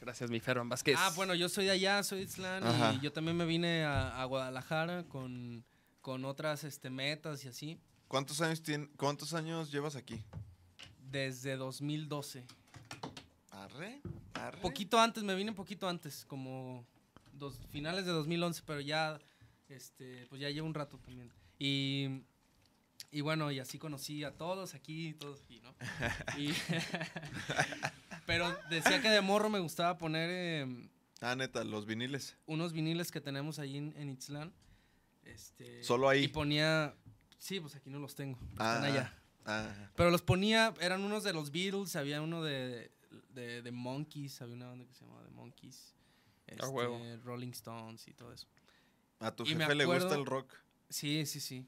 Gracias, mi Ferran Vázquez. Ah, bueno, yo soy de allá, soy de Islán Ajá. y yo también me vine a, a Guadalajara con, con otras este, metas y así ¿Cuántos años, tien- ¿Cuántos años llevas aquí? desde 2012. Arre, arre. Poquito antes, me vine un poquito antes, como dos, finales de 2011, pero ya, este, pues ya llevo un rato también. Y, y bueno, y así conocí a todos aquí, todos aquí, ¿no? Y- [LAUGHS] pero decía que de morro me gustaba poner... em, Ah, neta, los viniles. unos viniles que tenemos ahí en, en Itzlán. Este, Solo ahí. Y ponía. Sí, pues aquí no los tengo. Ah, Están allá. Ah, Pero los ponía, eran unos de los Beatles, había uno de, de, de Monkeys, había una banda que se llamaba The Monkeys. Este, huevo. Rolling Stones y todo eso. a tu Y me jefe le gusta acuerdo- el rock. Sí, sí, sí.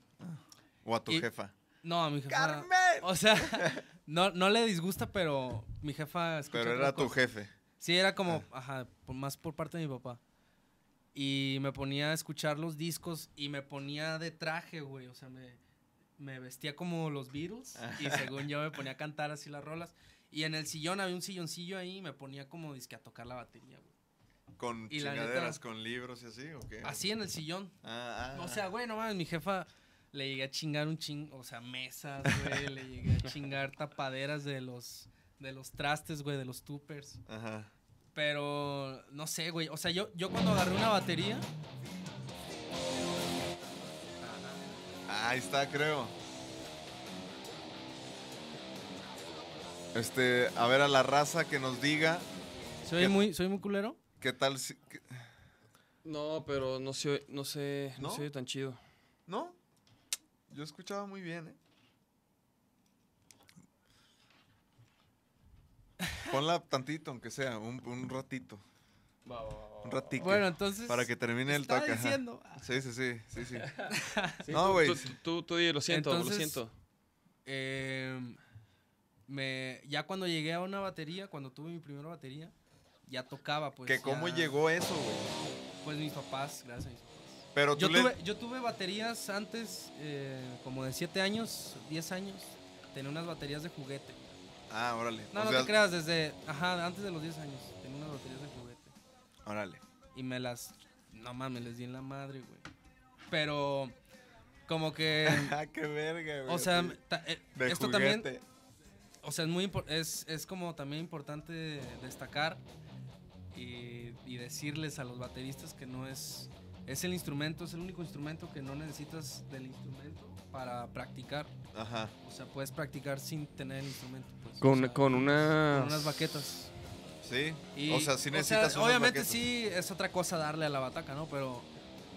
O a tu Y- Ah. jefa. No, a mi jefa. ¡Carmen! O sea, [LAUGHS] no, no le disgusta, pero mi jefa escucha Pero otras era tu cosas. jefe. Sí, era como, ajá, por- más por parte de mi papá. Y me ponía a escuchar los discos y me ponía de traje, güey. O sea, me, me vestía como los Beatles y según yo me ponía a cantar así las rolas. Y en el sillón había un silloncillo ahí y me ponía como disque a tocar la batería, güey. Con Y la neta- chingaderas, con libros y así, ¿o qué? Así en el sillón. Eh. Ah, ah. O sea, güey, no mames, mi jefa le llegué a chingar un ching, o sea, mesas, güey, le llegué a chingar tapaderas de los, de los trastes, güey, de los tupers. Ajá. Pero no sé, güey. O sea, yo, yo cuando agarré una batería. Ah, ahí está, creo. Este, a ver a la raza que nos diga Soy ¿Qué? muy, soy muy culero. qué tal. si- qué- No, pero no se, oye- no sé, no, ¿No? se oye tan chido. ¿No? Yo escuchaba muy bien, ¿eh? Ponla tantito, aunque sea, un, un ratito. Un ratito. Bueno, entonces. para que termine el estaba toque. ajá. diciendo. Sí, sí, sí, sí, [LAUGHS] sí. No, güey. Tú, tú, tú di, lo siento, Entonces- lo siento. em, me, ya cuando llegué a una batería, cuando tuve mi primera batería, ya tocaba, pues. que cómo ya- llegó eso, güey. Pues mis papás, gracias a mis papás. Pero tú Yo le- tuve, yo tuve baterías antes, eh, como de 7 años, 10 años. Tenía unas baterías de juguete. Ah, órale. No, o no sea, te creas, desde. Ajá, antes de los 10 años. Tenía unas baterías de juguete. Órale. Y me las. No mames, les di en la madre, güey. Pero. [LAUGHS] Como que. [LAUGHS] Ah, qué verga, güey. o sea, así, ta- eh, de esto juguete. también. O sea, es muy impor- es, es como también importante destacar y, y decirles a los bateristas que no es. Es el instrumento, es el único instrumento que no necesitas del instrumento para practicar. Ajá. O sea, puedes practicar sin tener el instrumento. pues, o Con, sea, con con unas... unas baquetas. Sí. Y, o sea, sí necesitas. unos obviamente baquetos. sí es otra cosa darle a la bataca, ¿no? Pero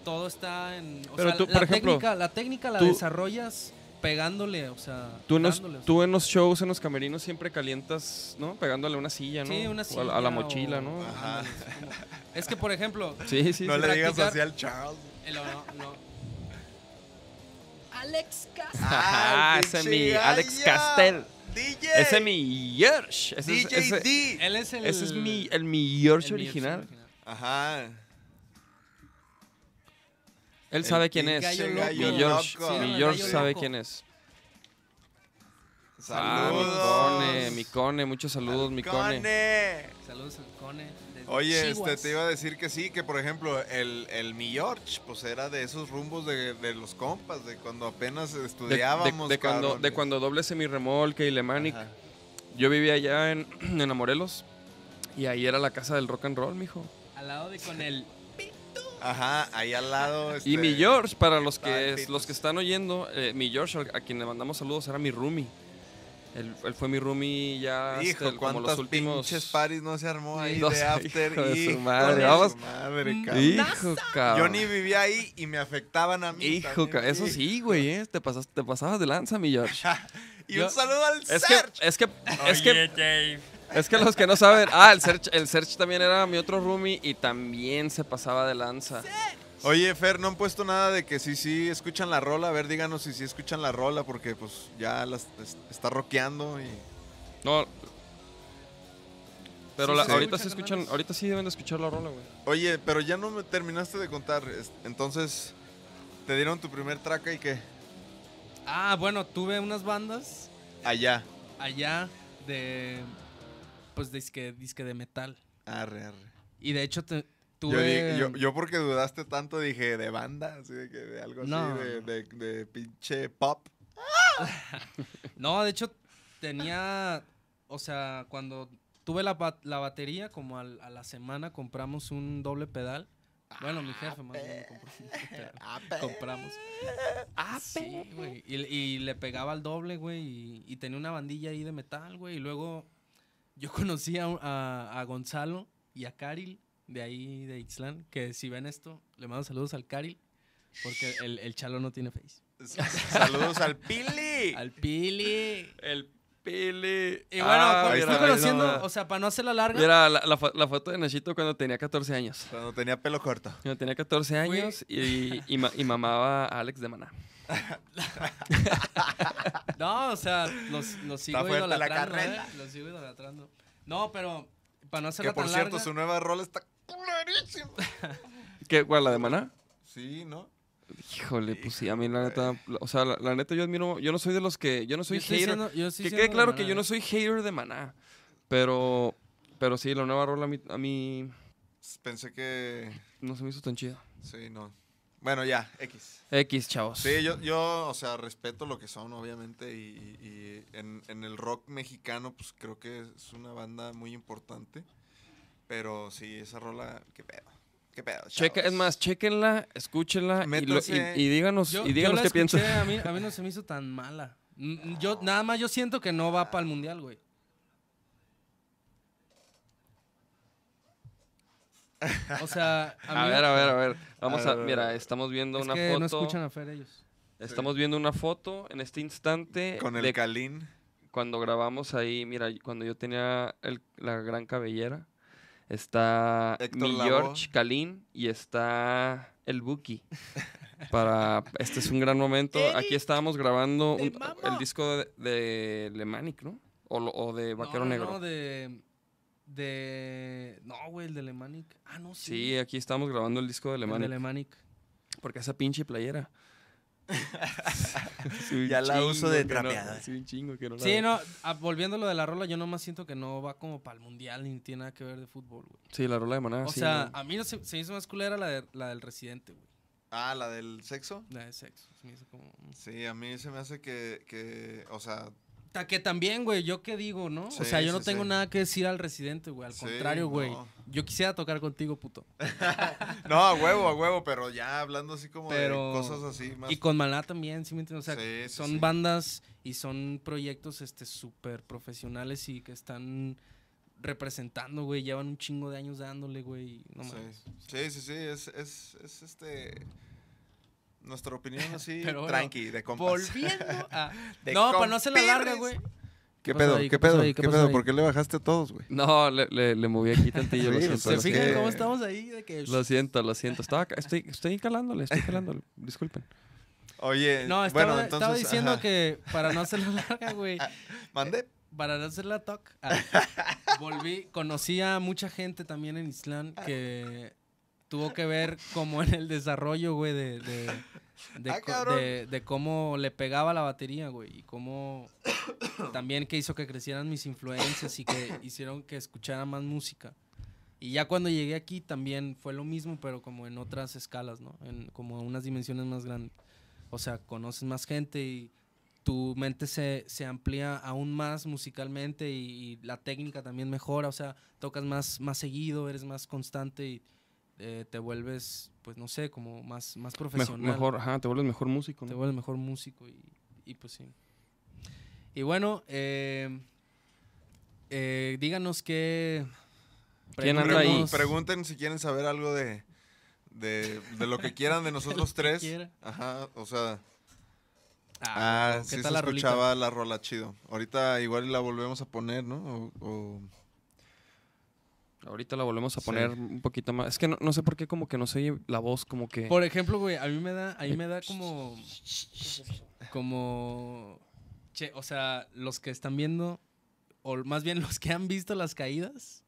todo está en. O Pero sea, tú, la por ejemplo, técnica, la técnica la tú- desarrollas pegándole, o sea. Tú en, los, dándole, o sea. tú en los shows, en los camerinos, siempre calientas, ¿no? Pegándole a una silla, ¿no? Sí, una O Ah. a la- a, la silla mochila, o- ¿no? Ajá. Ándale, sí, como- Es que, por ejemplo, eh, Sí, sí, No sí. le digas practicar- así al Charles. el- no, no, Ah, el ese es pinche mi Alex gallo. Castel. DJ. Ese es mi Yersh. Ese, es- DJ ese- D. él es el. ese es mi, el mi el Yersh Mirch original. Ajá. Él sabe quién es. gallo Pinche loco. gallo Mi George, loco. Sí, mi el George gallo sabe loco. quién es. Saludos. Ah, mi Cone, mi Cone, muchos saludos, mi Cone. Cone. Saludos al Cone. desde Oye, este, Chihuas. te iba a decir que sí, que por ejemplo, el, el Mi George, pues era de esos rumbos de, de los compas, de cuando apenas De, de- estudiábamos. de cuando, de cabrones. cuando doble semirremolque y Lemanic. Ajá. Yo vivía allá en, [CLEARS THROAT] en Amorelos y ahí era la casa del rock and roll, mijo. Al lado de con el. Ajá, ahí al lado. Y este, mi George, para los que, Ay, los que están oyendo, eh, mi George, al- a quien le mandamos saludos, era mi roomie. Él, él fue mi roomie ya hasta Hijo, el- este, como cuántos los últimos... pinches paris no se armó ahí Dos- [LAUGHS] de after. hijo de su Hijo madre, de vamos. su madre, Mm. cabrón. Hijo, cabrón. Yo ni vivía ahí y me afectaban a mí. Ah. Hijo, también, ca- eso sí. sí, güey, eh, te, pasas- te pasabas de lanza, mi George. Y Yo- un saludo al Es que, Serge. es que, es que, es que los que no saben, ah, el Search, el Serge también era mi otro roomie y también se pasaba de lanza. Oye, Fer, no han puesto nada de que sí, sí escuchan la rola. A ver, díganos si sí escuchan la rola, porque pues ya las es- está rockeando y. No. Pero Sí, la- sí. ahorita Escuchan, se escuchan, hermanos. ahorita sí deben de escuchar la rola, güey. Oye, pero ya no me terminaste de contar. es- Entonces, te dieron tu primer traca y qué? Ah, bueno, tuve unas bandas Allá. allá de. Pues disque, disque de metal. Arre, arre. Y de hecho te- Yo, tuve. di- yo- yo porque dudaste tanto dije de banda, así de, que de algo No, así, de, no. de- de pinche pop. No, de hecho tenía, o sea, cuando tuve la, ba- la batería, como al- a la semana compramos un doble pedal. Bueno, mi jefe más bien me compró un [LAUGHS] doble pedal. Compramos. Ah, Sí, güey. Y, y le pegaba al doble, güey. Y, y tenía una bandilla ahí de metal, güey. Y luego yo [LAUGHS] conocí a, a- a Gonzalo y a Karil de ahí, de Ixtlán. Que si ven esto, le mando saludos al Karil. Porque el, el chalo no tiene face. Saludos al Pili. Al Pili. El pele. Y bueno, con- fui conociendo, o sea, para no hacerla larga, Mira, la, la fo- la foto de Nachito cuando tenía 14 años. Cuando tenía pelo corto. Cuando tenía 14 Güey. años y, y, ma- y mamaba a Alex de Maná. no, o sea, los, los sigo fuerte la idolatrando, ¿eh? carreta. Los sigo idolatrando. No, pero para no Que hacerla por tan cierto, larga, su nueva rola está clarísima. ¿Qué, cuál, la de Maná? Sí, ¿no? Híjole, pues sí, a mí la neta, la- o sea, la, la neta yo admiro, yo no soy de los que, yo no soy yo estoy hater. siendo- yo estoy que siendo quede de claro que Maná, yo no ¿eh? soy hater de Maná, pero, pero sí, la nueva rola a mí, a mí Pensé que. no se me hizo tan chida. Sí, no. Bueno, ya, X. X, chavos. Sí, yo, yo, o sea, respeto lo que son, obviamente, y, y- y en, en el rock mexicano, pues creo que es una banda muy importante. Pero sí, esa rola, qué pedo. Qué pedo. chavos. Checa, es más, chequenla, escúchenla y, lo- y- Métanse. y díganos, Yo, y yo díganos la qué piensan. escuché, A mí, a mí no se me hizo tan mala. N- Yo, nada más yo siento que no va para el mundial, güey. O sea, a, A mí- ver, a ver, a ver. Vamos A a, ver, a mira, ver. estamos viendo es una que foto. no escuchan a Fer ellos. Estamos viendo una foto en este instante Con el de Calín. cuando grabamos ahí, mira, cuando yo tenía el- la gran cabellera, está Héctor mi Lavoe. George Kalin y está [LAUGHS] el Buki. Para, este es un gran momento. Aquí estábamos grabando te un- mamo. el disco de, de Lemanic, ¿no? O, lo- o de Vaquero no, no, Negro. No, de. De. No, güey, el de Lemanic. Ah, no, sí. Sí, aquí estábamos grabando el disco de el de Lemanic. Lemanic. Porque esa [LAUGHS] pinche playera. Sí, un Ya la chingo uso de que no- trapeador. sí, un chingo que no la Sí, veo. no, ah, volviendo a lo de la rola, yo nomás siento que no va como para el mundial ni tiene nada que ver de fútbol, güey. Sí, la rola de Maná. o Ah, sí, sea, no. a mí no se, se me hizo más culera la, de- la del residente, güey. Ah, la del sexo. La de sexo. Se me hizo como. Sí, a mí se me hace que, que o sea, Ta- Que también, güey, yo qué digo, ¿no? o Sí, sea, yo sí, no tengo sí. nada que decir al residente, güey. Al Sí, contrario, güey. no. Yo quisiera tocar contigo, puto. no, a huevo, a huevo, pero ya hablando así como Pero- de cosas así más. Y con Maná también, ¿sí me entiendes? O sea, Sí, sí, son sí. bandas y son proyectos este súper profesionales y que están representando, güey. Llevan un chingo de años dándole, güey. No sí. mames. sí, sí, sí, es, es, es este nuestra opinión así [LAUGHS] Pero bueno, tranqui de compas. Volviendo a. De no, para no hacer la larga, compirres. güey. [LAUGHS] ¿Qué pasó pedo? ahí? ¿Qué, ¿Qué pasó pedo? ahí? ¿Qué ¿Qué pasó pedo? ahí? ¿Por qué le bajaste a todos, güey? No, le, le- le moví aquí tantillo, lo Sí, pues, siento. ¿Se lo es fijan que- siento. cómo estamos ahí? De que... Lo siento, lo siento. Estaba, ca- estoy, estoy calándole, estoy calándole. Disculpen. Oye, No, estaba, bueno, entonces, estaba diciendo ajá. que para no hacer la larga, [LAUGHS] güey. mandé. Para no hacer la talk, [LAUGHS] ah, volví, conocí a mucha gente también en Islán que tuvo que ver como en el desarrollo, güey, de, de, de Ah, co- cabrón. de- de cómo le pegaba la batería, güey, y cómo [COUGHS] también que hizo que crecieran mis influencias y que hicieron que escuchara más música. Y ya cuando llegué aquí también fue lo mismo, pero como en otras escalas, ¿no? En, como unas dimensiones más grandes. O sea, conoces más gente y tu mente se, se amplía aún más musicalmente y, y la técnica también mejora, o sea, tocas más, más seguido, eres más constante y eh, te vuelves, pues no sé, como más, más Mejor, profesional. mejor, ajá, te vuelves mejor músico. Te ¿no? vuelves mejor músico y, y pues sí. Y bueno, eh, eh, díganos qué... ¿Quién anda ahí? Pregun- preguntas- Pregunten si quieren saber algo de, de, de lo que [LAUGHS] quieran de nosotros tres. quieran. Ajá, o sea, Ah, ah, ¿qué sí se tal la rolita? escuchaba la rola chido. Ahorita igual y la volvemos a poner, ¿no? O- o- Ahorita la volvemos a Sí. poner un poquito más. Es que no, no sé por qué como que no se oye la voz, como que... Por ejemplo, güey, a mí me da, a mí me da como, como, che, o sea, los que están viendo, o más bien [LAUGHS] los que han visto [LAUGHS] las caídas,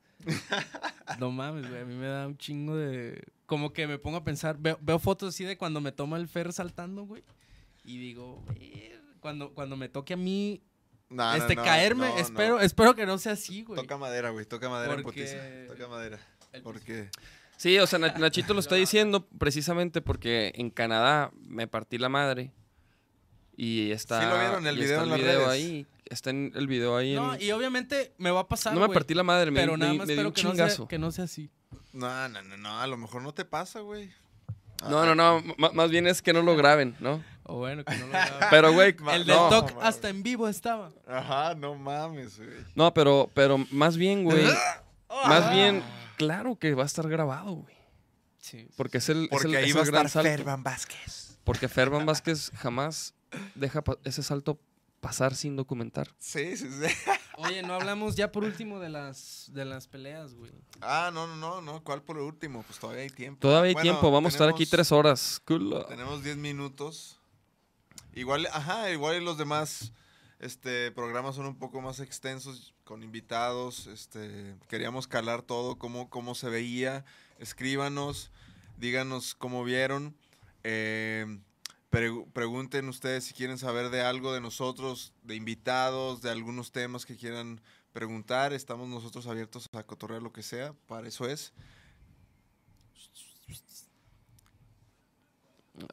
no mames, güey, a mí me da un chingo de, como que me pongo a pensar, veo, veo fotos así de cuando me toma el Fer saltando, güey, y digo, "Ver", cuando, cuando me toque a mí, Ah, No, no, este, no, caerme, no, no. espero, espero que no sea así, güey. Toca madera, güey. Toca madera en Porque- putiza. Toca madera. El- Porque. Sí, o sea, Na- Nachito lo está diciendo precisamente porque en Canadá me partí la madre. Y está... Sí lo vieron, el y está video en las redes. ahí. Está en el video ahí. en- No, No, y obviamente me va a pasar, me güey, partí la madre, me, pero me- nada más me dio espero un que no, sea, chingazo. que no sea así. No, no, no, no. A lo mejor no te pasa, güey. No, no, no. Ah. m- más bien es que no lo graben, [LAUGHS] ¿no? O bueno, que [LAUGHS] no lo graba. Pero, güey... Ma- El del no. TOC mames. hasta en vivo estaba. Ajá, no mames, güey. No, pero, pero más bien, güey. ¿Eh? Ah. más bien, claro que va a estar grabado, güey. Sí. Porque es el, es el- Porque ahí es va a el gran estar salto. Ferban Vázquez. Porque Ferban Vázquez jamás deja pa- ese salto pasar sin documentar. Sí, sí, sí. Oye, no hablamos ya por último de las, de las peleas, güey. Ah, no, no, no, no. ¿Cuál por último? Pues todavía hay tiempo. Todavía hay Bueno, tiempo, vamos a estar aquí tenemos- tres horas. Culo. Tenemos 10 minutos. Igual, ajá, igual y los demás este, programas son un poco más extensos, con invitados. Este, queríamos calar todo, cómo, cómo se veía. Escríbanos, díganos cómo vieron. eh, pregu- pregunten ustedes si quieren saber de algo de nosotros, de invitados, de algunos temas que quieran preguntar. Estamos nosotros abiertos a cotorrear lo que sea, para eso es.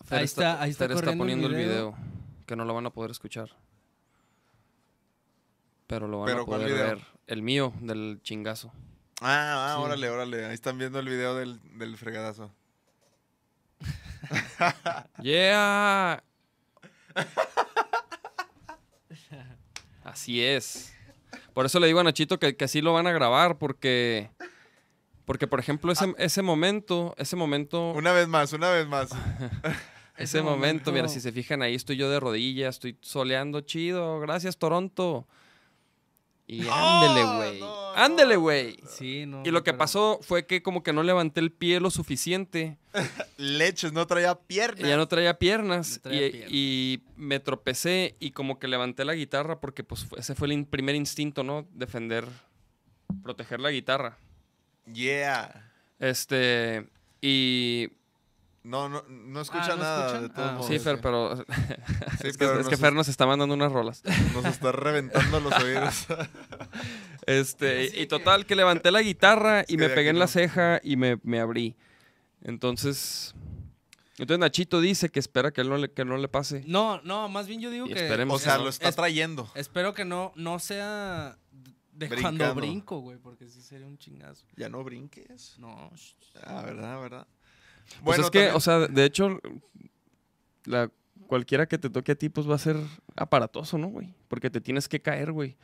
Fer Ahí está- ahí está Fer corriendo el poniendo el video. video. Que no lo van a poder escuchar. Pero lo van Pero, a ¿cuál poder video? ver. El mío, del chingazo. Ah, ah, Sí. órale, órale. Ahí están viendo el video del, del fregadazo. Yeah. [LAUGHS] Así es. Por eso le digo a Nachito que, que así lo van a grabar, porque, porque por ejemplo, ese, Ah. ese momento, ese momento, Una vez más, una vez más. ese ese momento, mira, momento. si se fijan ahí, estoy yo de rodillas, estoy soleando, chido, gracias Toronto. Y ándele, güey. no, ándele, no. güey. Sí, no. Y lo que pero- pasó fue que como que no levanté el pie lo suficiente. Leches, no traía pierna. Ya no traía piernas, No traía y, piernas. y me tropecé y como que levanté la guitarra porque pues fue- ese fue el in- primer instinto, ¿no? Defender, proteger la guitarra. Yeah. Este, y... pues, No, no, no escucha Ah, ¿no nada escuchan? de todos Ah, modos. sí, Fer, pero... Sí, es que, pero es nos, que Fer nos está mandando unas rolas. nos está reventando [LAUGHS] los oídos. Este, y total, que levanté la guitarra y que me de aquí pegué en la no. ceja y me, me abrí. Entonces... Entonces Nachito dice que espera que él no le, que no le pase. No, no, más bien yo digo Y que. esperemos o sea, que no. lo está Es- trayendo. Espero que no, no sea de Brincando. cuando brinco, güey, porque sí sería un chingazo. Ya no brinques. No. sh- Ah, verdad, verdad. Pues es que, también- o sea, de hecho, la, cualquiera que te toque a ti, pues va a ser aparatoso, ¿no, güey? Porque te tienes que caer, güey.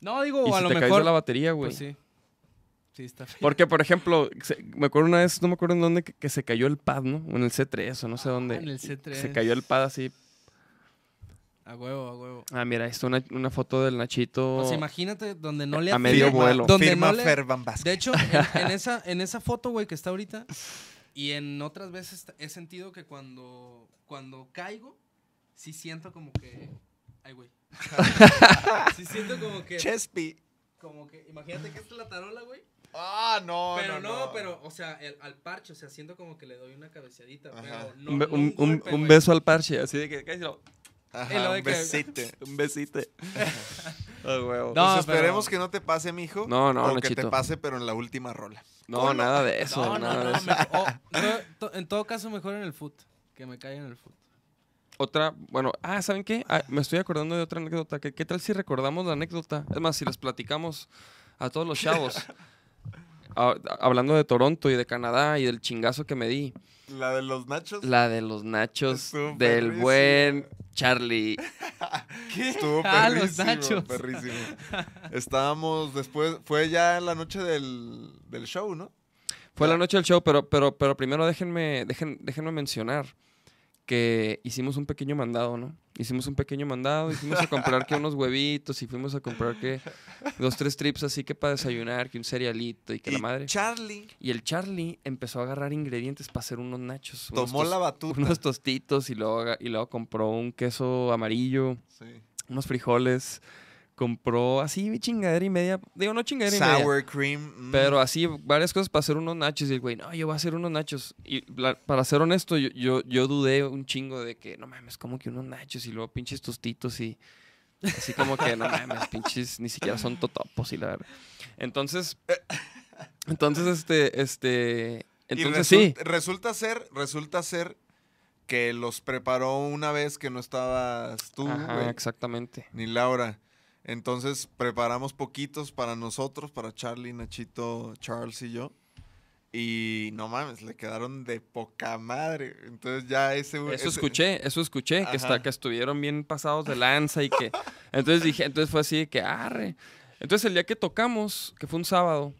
No, digo, Y a si lo te caes mejor. de la batería, güey. pues sí. Sí, está feo. Porque, por ejemplo, se- me acuerdo una vez, no me acuerdo en dónde, que, que se cayó el pad, ¿no? O En el C3 o no sé dónde. Ah, en el C3. Se cayó el pad así. A huevo, a huevo. Ah, mira, ahí está una, una foto del Nachito. O sea, imagínate donde no le A medio afirma- vuelo. Donde Firma no le- Fer Van Vázquez. [LAUGHS] De hecho, en, en esa, en esa foto, güey, que está ahorita, y en otras veces he sentido que cuando, cuando caigo, sí siento como que. Ay, güey. sí siento como que. Chespi. Como que. Imagínate que esta es la tarola, güey. Ah, no, pero no, no, pero, o sea, el- al parche, o sea, siento como que le doy una cabeceadita, Ajá. pero no. un, no be- un- un- golpe, un güey. beso al parche, así de que cállate, Ajá, Y lo de un que- [LAUGHS] besito. un besito. Ah, huevo. Pues No, pero- esperemos que no te pase, mijo. No, no, O que te Nachito. pase, pero en la última rola. No, nada de eso, No, nada no, de no. eso. me- o- no, to- en todo caso, mejor en el foot. Que me caiga en el foot. Otra, bueno, ah, ¿saben qué? Ah, me estoy acordando de otra anécdota. que ¿Qué tal si recordamos la anécdota? Es más, si les platicamos a todos los [LAUGHS] chavos. Ah, hablando de Toronto y de Canadá y del chingazo que me di. La de los nachos La de los nachos Estuvo del perrísimo. buen Charlie. estuvo Ah, perrísimo, los nachos. [LAUGHS] perrísimo. Estábamos después, fue ya la noche del, del show, ¿no? Fue la noche del show, pero, pero, pero primero déjenme, dejen, déjenme mencionar que hicimos un pequeño mandado, ¿no? Hicimos un pequeño mandado, y fuimos a comprar que unos huevitos y fuimos a comprar que dos, tres trips así que para desayunar, que un cerealito y que la Y madre. Charlie Y el Charlie empezó a agarrar ingredientes para hacer unos nachos. unos tomó la tos- batuta. [LAUGHS] Unos tostitos y luego, aga- y luego compró un queso amarillo, Sí. unos frijoles. Compró así chingadera y media. Digo, no chingadera y media. Sour cream. mm. Pero así, varias cosas para hacer unos nachos. Y el güey, no, yo voy a hacer unos nachos. Y la- para ser honesto, yo, yo, yo dudé un chingo de que, no mames, como que unos nachos y luego pinches tostitos y así como que, [LAUGHS] no mames, pinches ni siquiera son totopos y la verdad. Entonces, entonces, este, este, Y entonces sí. result- Resulta ser, resulta ser que los preparó una vez que no estabas tú, Ajá, güey, exactamente. ni Laura. Entonces preparamos poquitos para nosotros, para Charlie, Nachito, Charles y yo. Y no mames, le quedaron de poca madre. Entonces ya ese... ese- Eso escuché, eso escuché, que, está, Ajá. que estuvieron bien pasados de lanza y que... Entonces dije, entonces fue así de que, arre. Entonces el día que tocamos, que fue un sábado,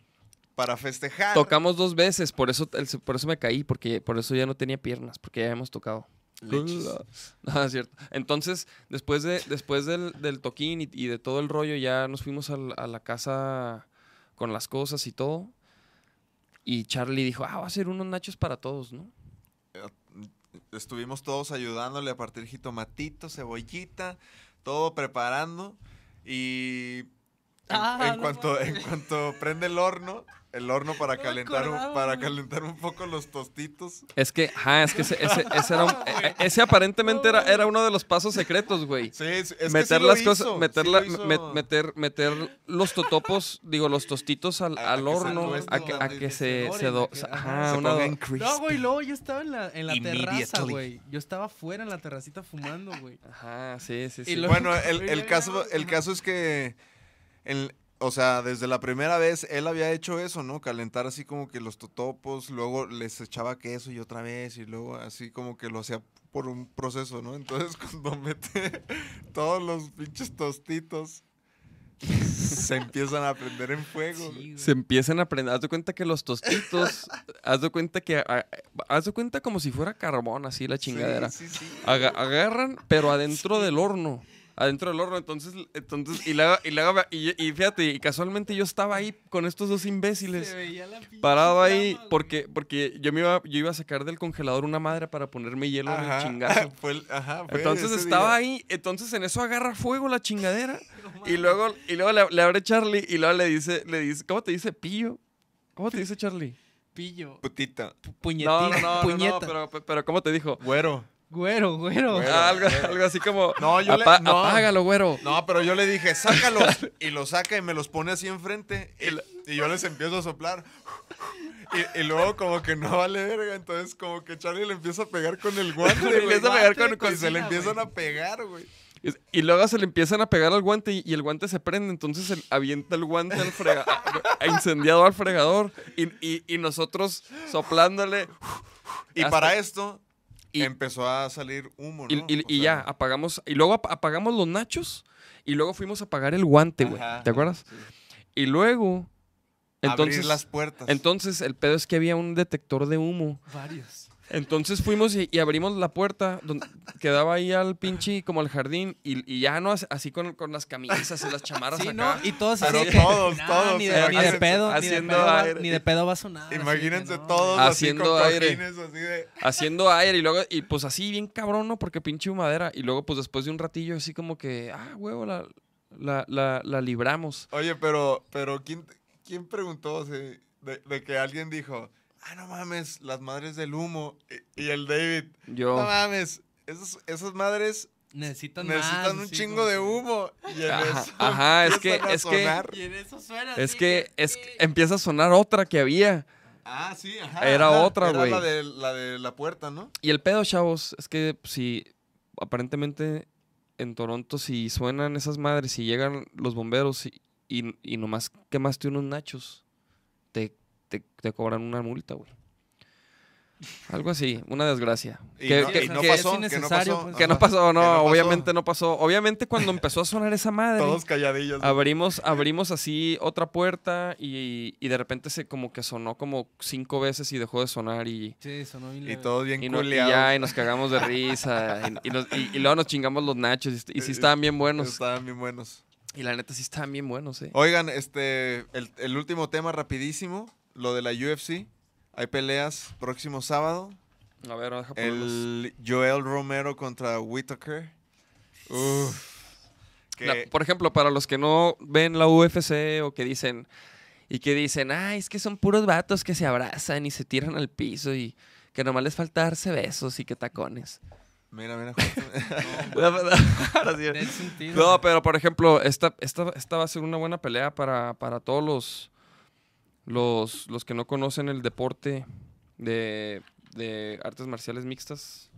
Para festejar. Tocamos dos veces, por eso, el- por eso me caí, porque por eso ya no tenía piernas, porque ya habíamos tocado. Leches. [LAUGHS] No, es cierto. Entonces, después, de, después del, del toquín y, y de todo el rollo, ya nos fuimos al- a, la casa con las cosas y todo. Y Charlie dijo, ah, va a ser unos nachos para todos, ¿no? Estuvimos todos ayudándole a partir jitomatito, cebollita, todo preparando. Y en, Ah, en no cuanto, mames. en cuanto prende el horno, el horno para No me calentar un, acordaba, para güey. calentar un poco los tostitos. Es que, ajá, es que ese, ese- ese era un- e- e- ese aparentemente era, era uno de los pasos secretos, güey. Sí, es, es que sí meter lo las hizo, cosas, sí meter, lo la- hizo. me- meter, meter los totopos, digo, los tostitos al, A- a al que se horno, tuestan, a que, a a que que se, se se doren, do- a que- ajá, Ah, Se ah, una do- pongan crispy. No, güey, luego yo estaba en la, en la terraza, Immediately. güey. Yo estaba afuera en la terracita fumando, güey. Ajá, sí, sí, Y sí. lo- Bueno, el, Oye, el ya, caso, güey, el ajá. caso es que el- o sea, desde la primera vez él había hecho eso, ¿no? Calentar así como que los totopos, luego les echaba queso y otra vez, y luego así como que lo hacía por un proceso, ¿no? Entonces [LAUGHS] cuando mete todos los pinches tostitos, se empiezan a prender en fuego. Sí, Se güey. empiezan a aprender. Haz de cuenta que [LAUGHS] los tostitos. haz de cuenta que. ah, Haz de cuenta como si fuera carbón, así la chingadera. Sí, sí, sí. Aga- agarran, pero adentro del horno. Adentro del horno, entonces, entonces y, la, y, la- y, y fíjate, y casualmente yo estaba ahí con estos dos imbéciles, [LAUGHS] Se veía la pinche parado ahí, llama, güey. porque, porque yo, me iba, yo iba a sacar del congelador una madre para ponerme hielo en el Ajá, chingazo. [LAUGHS] fue el- ajá, fue Entonces ese día. estaba ahí, entonces en eso agarra fuego la chingadera, [LAUGHS] No y mames. luego, y luego le, le abre Charlie, y luego le dice, le dice, ¿cómo te dice pillo? ¿Cómo te dice Charlie? Pillo. Putita. Pu- Puñetita. No, no, no, no, puñeta. no, pero, pero ¿cómo te dijo? Güero. Güero, güero. Ah, Güero. algo, algo así como, No, yo le- "Apa- no. apágalo, güero. No, pero yo le dije, sácalos. Y lo saca y me los pone así enfrente. Y, la- y yo les empiezo a soplar. Y, y luego como que no vale verga. Entonces como que Charlie le empieza a pegar con el guante. Le güey. empieza a pegar con- Y con- se le cocina, empiezan a pegar, güey. Es- Y luego se le empiezan a pegar al guante y, y el guante se prende, entonces se avienta el guante al frega- [LAUGHS] a- incendiado al fregador y, y- y nosotros soplándole Y Hasta- para esto y- empezó a salir humo, y, ¿no? y- O y ya sea, apagamos y luego ap- apagamos los nachos y luego fuimos a apagar el guante, güey, Ajá, ¿te acuerdas? Y luego entonces abrir las puertas. entonces el pedo es que había un detector de humo. Varios. Entonces fuimos y, y abrimos la puerta donde quedaba ahí al pinche como al jardín y, y ya no as- así con, con las camisas y las chamarras Sí, acá. ¿no? Y todos Pero así de que, todos, "Nah, todos, Ni de, ni de imagínense, pedo, ni de haciendo pedo, va, aire". ni de pedo va a Ah, sonar. así de que Imagínense no. todos Haciendo así con aire. cojines así de... haciendo aire y luego, y pues así bien cabrón, ¿no? Porque pinche madera. Y luego, pues después de un ratillo, así como que, ah, huevo, la, la, la, la libramos. Oye, pero, pero ¿quién, quién preguntó si- de, de que alguien dijo, ah, no mames, las madres del humo? Y, y el David, Yo. no mames, esas, esas madres Necesitan, necesitan un chingo de humo. Y en Ajá, eso ajá, es empiezan que- a es que- sonar. Y en eso suena. Es que, es que empieza a sonar otra que había. Ah, sí, ajá. Era ajá, otra, güey. Era la de, la de la puerta, ¿no? Y el pedo, chavos, es que pues, si aparentemente en Toronto, si suenan esas madres, si llegan los bomberos y, y, y nomás quemaste unos nachos, te, te, te cobran una multa, güey. Algo así, una desgracia. Y Que- no, que- y no que- pasó, es que no innecesario, pasó. pues. Que ajá, no pasó, no, que pasó. obviamente no pasó. Obviamente cuando empezó a sonar esa madre, Todos calladillos. Ah, abrimos, abrimos así otra puerta y, y de repente se como que sonó como cinco veces y dejó de sonar y, Sí, sonó bien y leve. todos bien y, no- y culeados. ya y nos cagamos de risa y, y nos- y- y luego nos chingamos los nachos y, est- Eh, y sí estaban bien buenos. Estaban bien buenos. Y la neta sí estaban bien buenos, eh. Oigan, este, el, el último tema rapidísimo, lo de la UFC. Hay peleas próximo sábado. A ver, deja ponerlos. El Joel Romero contra Whitaker. Uf. Que- La- por ejemplo, para los que no ven la UFC o que dicen y que dicen, ay, es que son puros vatos que se abrazan y se tiran al piso y que nomás les falta darse besos y que tacones. Mira, mira. justo- Ahora sí. En ese sentido. no, pero por ejemplo, esta, esta, esta va a ser una buena pelea para, para todos los, los, los que no conocen el deporte de, de artes marciales mixtas.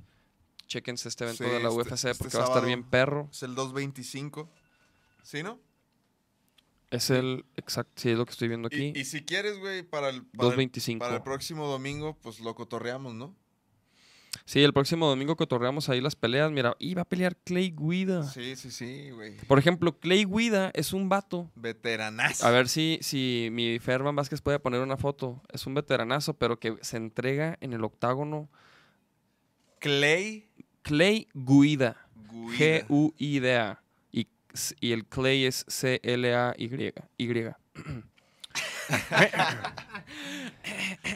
Chequense este evento Sí, de la este- UFC este porque va a estar sábado. bien perro. es el 225. ¿Sí, no? Es el exacto, sí, es lo que estoy viendo aquí. Y, y si quieres, güey, para el, para, el, 2.25. para el próximo domingo, pues lo cotorreamos, ¿no? Sí, el próximo domingo cotorreamos ahí las peleas. Mira, y va a pelear Clay Guida. Sí, sí, sí, güey. Por ejemplo, Clay Guida es un vato. Veteranazo. A ver si, si mi Ferman Vázquez puede poner una foto. Es un veteranazo, pero que se entrega en el octágono. Clay Clay Guida. Guida. E G-U-I-D-A. Y, y el Clay es C-L-A-Y. Y.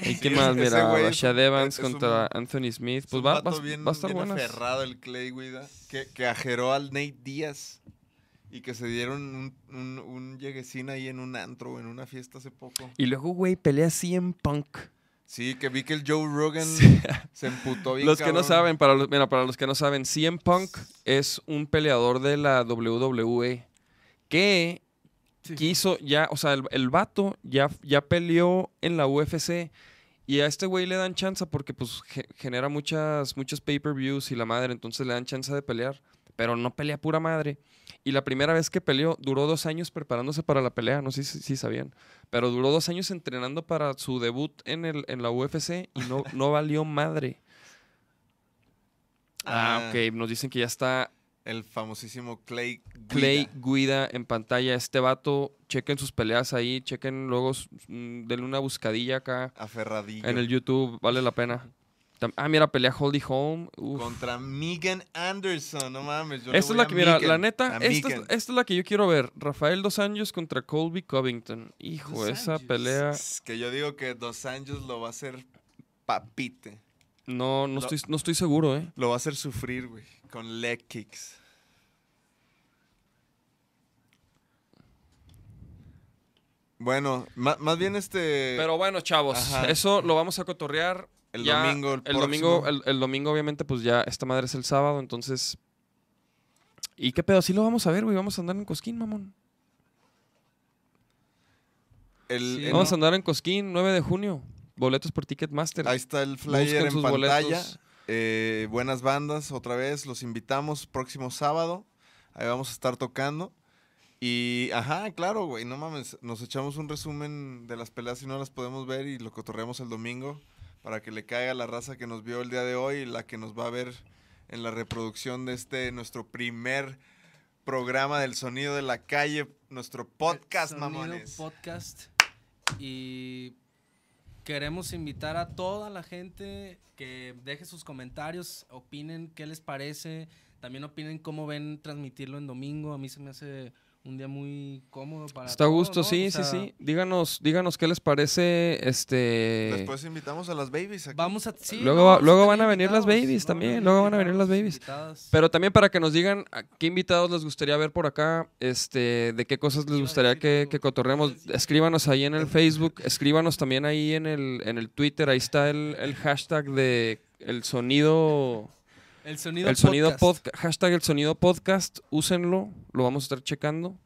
¿Y Sí, [LAUGHS] qué ese- más? ese Mira, güey es Rashad un- Evans es un- contra Anthony Smith. Es Pues un va, va- vato bien, va a estar bien buenas. aferrado el Clay Guida, que, que ajeró al Nate Díaz y que se dieron un, un, un lleguecín ahí en un antro o en una fiesta hace poco. Y luego, güey, pelea CM Punk. Sí, que vi que el Joe Rogan Sí. se emputó bien Los que no cabrón. saben, para los, mira, para los que no saben, CM Punk es un peleador de la WWE que Sí. quiso ya, o sea, el, el vato ya, ya peleó en la UFC y a este güey le dan chance porque pues ge- genera muchas, muchos pay-per-views y la madre, entonces le dan chance de pelear. pero no pelea pura madre. Y la primera vez que peleó, duró dos años preparándose para la pelea, no sé si, si sabían, pero duró dos años entrenando para su debut en, el, en la UFC y no, no valió madre. Ah, Ah. ok, nos dicen que ya está El famosísimo Clay Guida. Clay Guida en pantalla. Este vato, chequen sus peleas ahí, chequen luego, s- mm, denle una buscadilla acá Aferradillo. en el YouTube, vale la pena. Tam- Ah, mira, pelea Holdy Home. uf. Contra Megan Anderson, no mames. yo le Esta voy es la a que, mira, la Megan, a neta, esta es, Megan. esta es la que yo quiero ver. Rafael Dos Anjos contra Colby Covington. Hijo, Dos esa Anjos. pelea. Es Que yo digo que Dos Anjos lo va a hacer papite. No, no Lo- estoy, no estoy seguro, ¿eh? Lo va a hacer sufrir, güey. Con leg kicks. Bueno, ma- más bien este. Pero bueno, chavos, Ajá. eso lo vamos a cotorrear. el ya domingo, el, el domingo, próximo. el, el domingo, obviamente, pues ya esta madre es el sábado, entonces. ¿Y qué pedo? Sí lo vamos a ver, güey. Vamos a andar en Cosquín, mamón. El- Sí. el- Vamos a andar en Cosquín, 9 de junio. Boletos por Ticketmaster. Ahí está el Busquen flyer en sus pantalla. boletos. Eh, buenas bandas, otra vez, los invitamos próximo sábado. Ahí vamos a estar tocando. Y, ajá, claro, güey, no mames, nos echamos un resumen de las peleas si no las podemos ver y lo cotorreamos el domingo para que le caiga a la raza que nos vio el día de hoy y la que nos va a ver en la reproducción de este, nuestro primer programa del sonido de la calle, nuestro podcast, Sonido mamones. Podcast. Y queremos invitar a toda la gente que deje sus comentarios, opinen qué les parece, también opinen cómo ven transmitirlo en domingo. A mí se me hace un día muy cómodo para Está a todos, gusto, ¿no? sí, O sea, sí, sí. Díganos, díganos qué les parece. Este. Después invitamos a las babies aquí. Vamos a sí, Luego- vamos a luego tener van a venir las invitados, babies van a también, luego van a venir las invitados, babies. invitadas. Pero también para que nos digan a qué invitados les gustaría ver por acá, este, de qué cosas les Iba a gustaría decir que, algo. que cotorremos. Escríbanos ahí en el Facebook, escríbanos también ahí en el, en el Twitter, ahí está el, el hashtag de el sonido, el sonido, el sonido podcast. podcast, hashtag el sonido podcast, úsenlo, lo vamos a estar checando.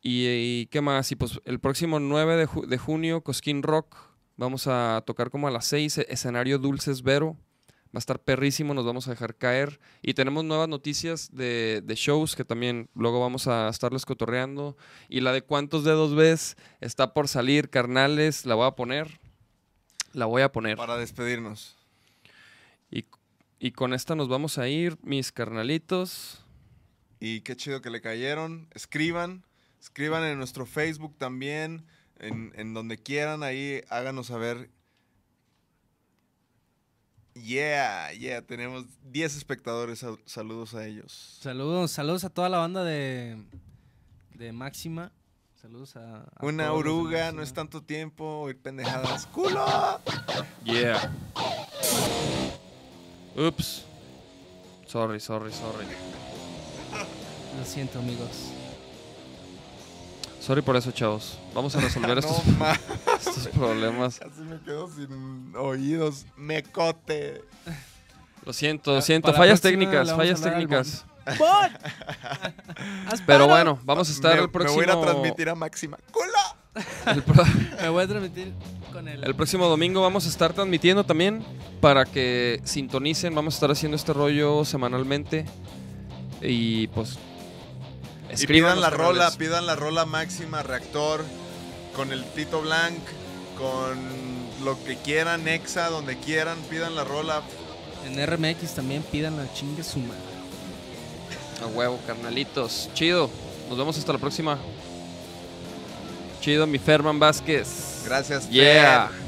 Y, y qué más, y pues el próximo 9 de, ju- de junio, Cosquín Rock, vamos a tocar como a las 6, e- escenario Dulces Vero. Va a estar perrísimo, nos vamos a dejar caer. Y tenemos nuevas noticias de, de shows que también luego vamos a estarles cotorreando. Y la de cuántos dedos ves está por salir, carnales. La voy a poner. La voy a poner. Para despedirnos. Y, y con esta nos vamos a ir, mis carnalitos. Y qué chido que le cayeron. Escriban, escriban en nuestro Facebook también, en, en donde quieran, ahí háganos saber. Yeah, yeah, tenemos 10 espectadores, sal- saludos a ellos. Saludos, saludos a toda la banda de, de Máxima. Saludos a, Una a todos los eh. de oruga, no Máxima. es tanto tiempo, oír pendejadas. [LAUGHS] ¡Culo! Yeah. Ups. Sorry, sorry, sorry. Lo siento, amigos. Sorry por eso, chavos. Vamos a resolver No estos, [LAUGHS] más, estos problemas. casi me quedo sin oídos. Mecote. Lo siento, lo Pa- siento. para la Fallas próxima técnicas, le vamos fallas a hablar al técnicas. Haz Pero paro. bueno, vamos a estar Me- el próximo. Me voy a ir a transmitir a Máxima. ¡Culo! [LAUGHS] El, pro- Me voy a transmitir con él. el próximo domingo vamos a estar transmitiendo también para que sintonicen. Vamos a estar haciendo este rollo semanalmente. Y pues. Y pidan escríbanos, la carnales. rola, pidan la rola máxima, reactor, con el Tito Blanc, con lo que quieran, Nexa, donde quieran, pidan la rola. En RMX también pidan la chingue su madre. A huevo, carnalitos. Chido. Nos vemos hasta la próxima. Chido, mi Ferman Vázquez. Gracias. Yeah. Fer.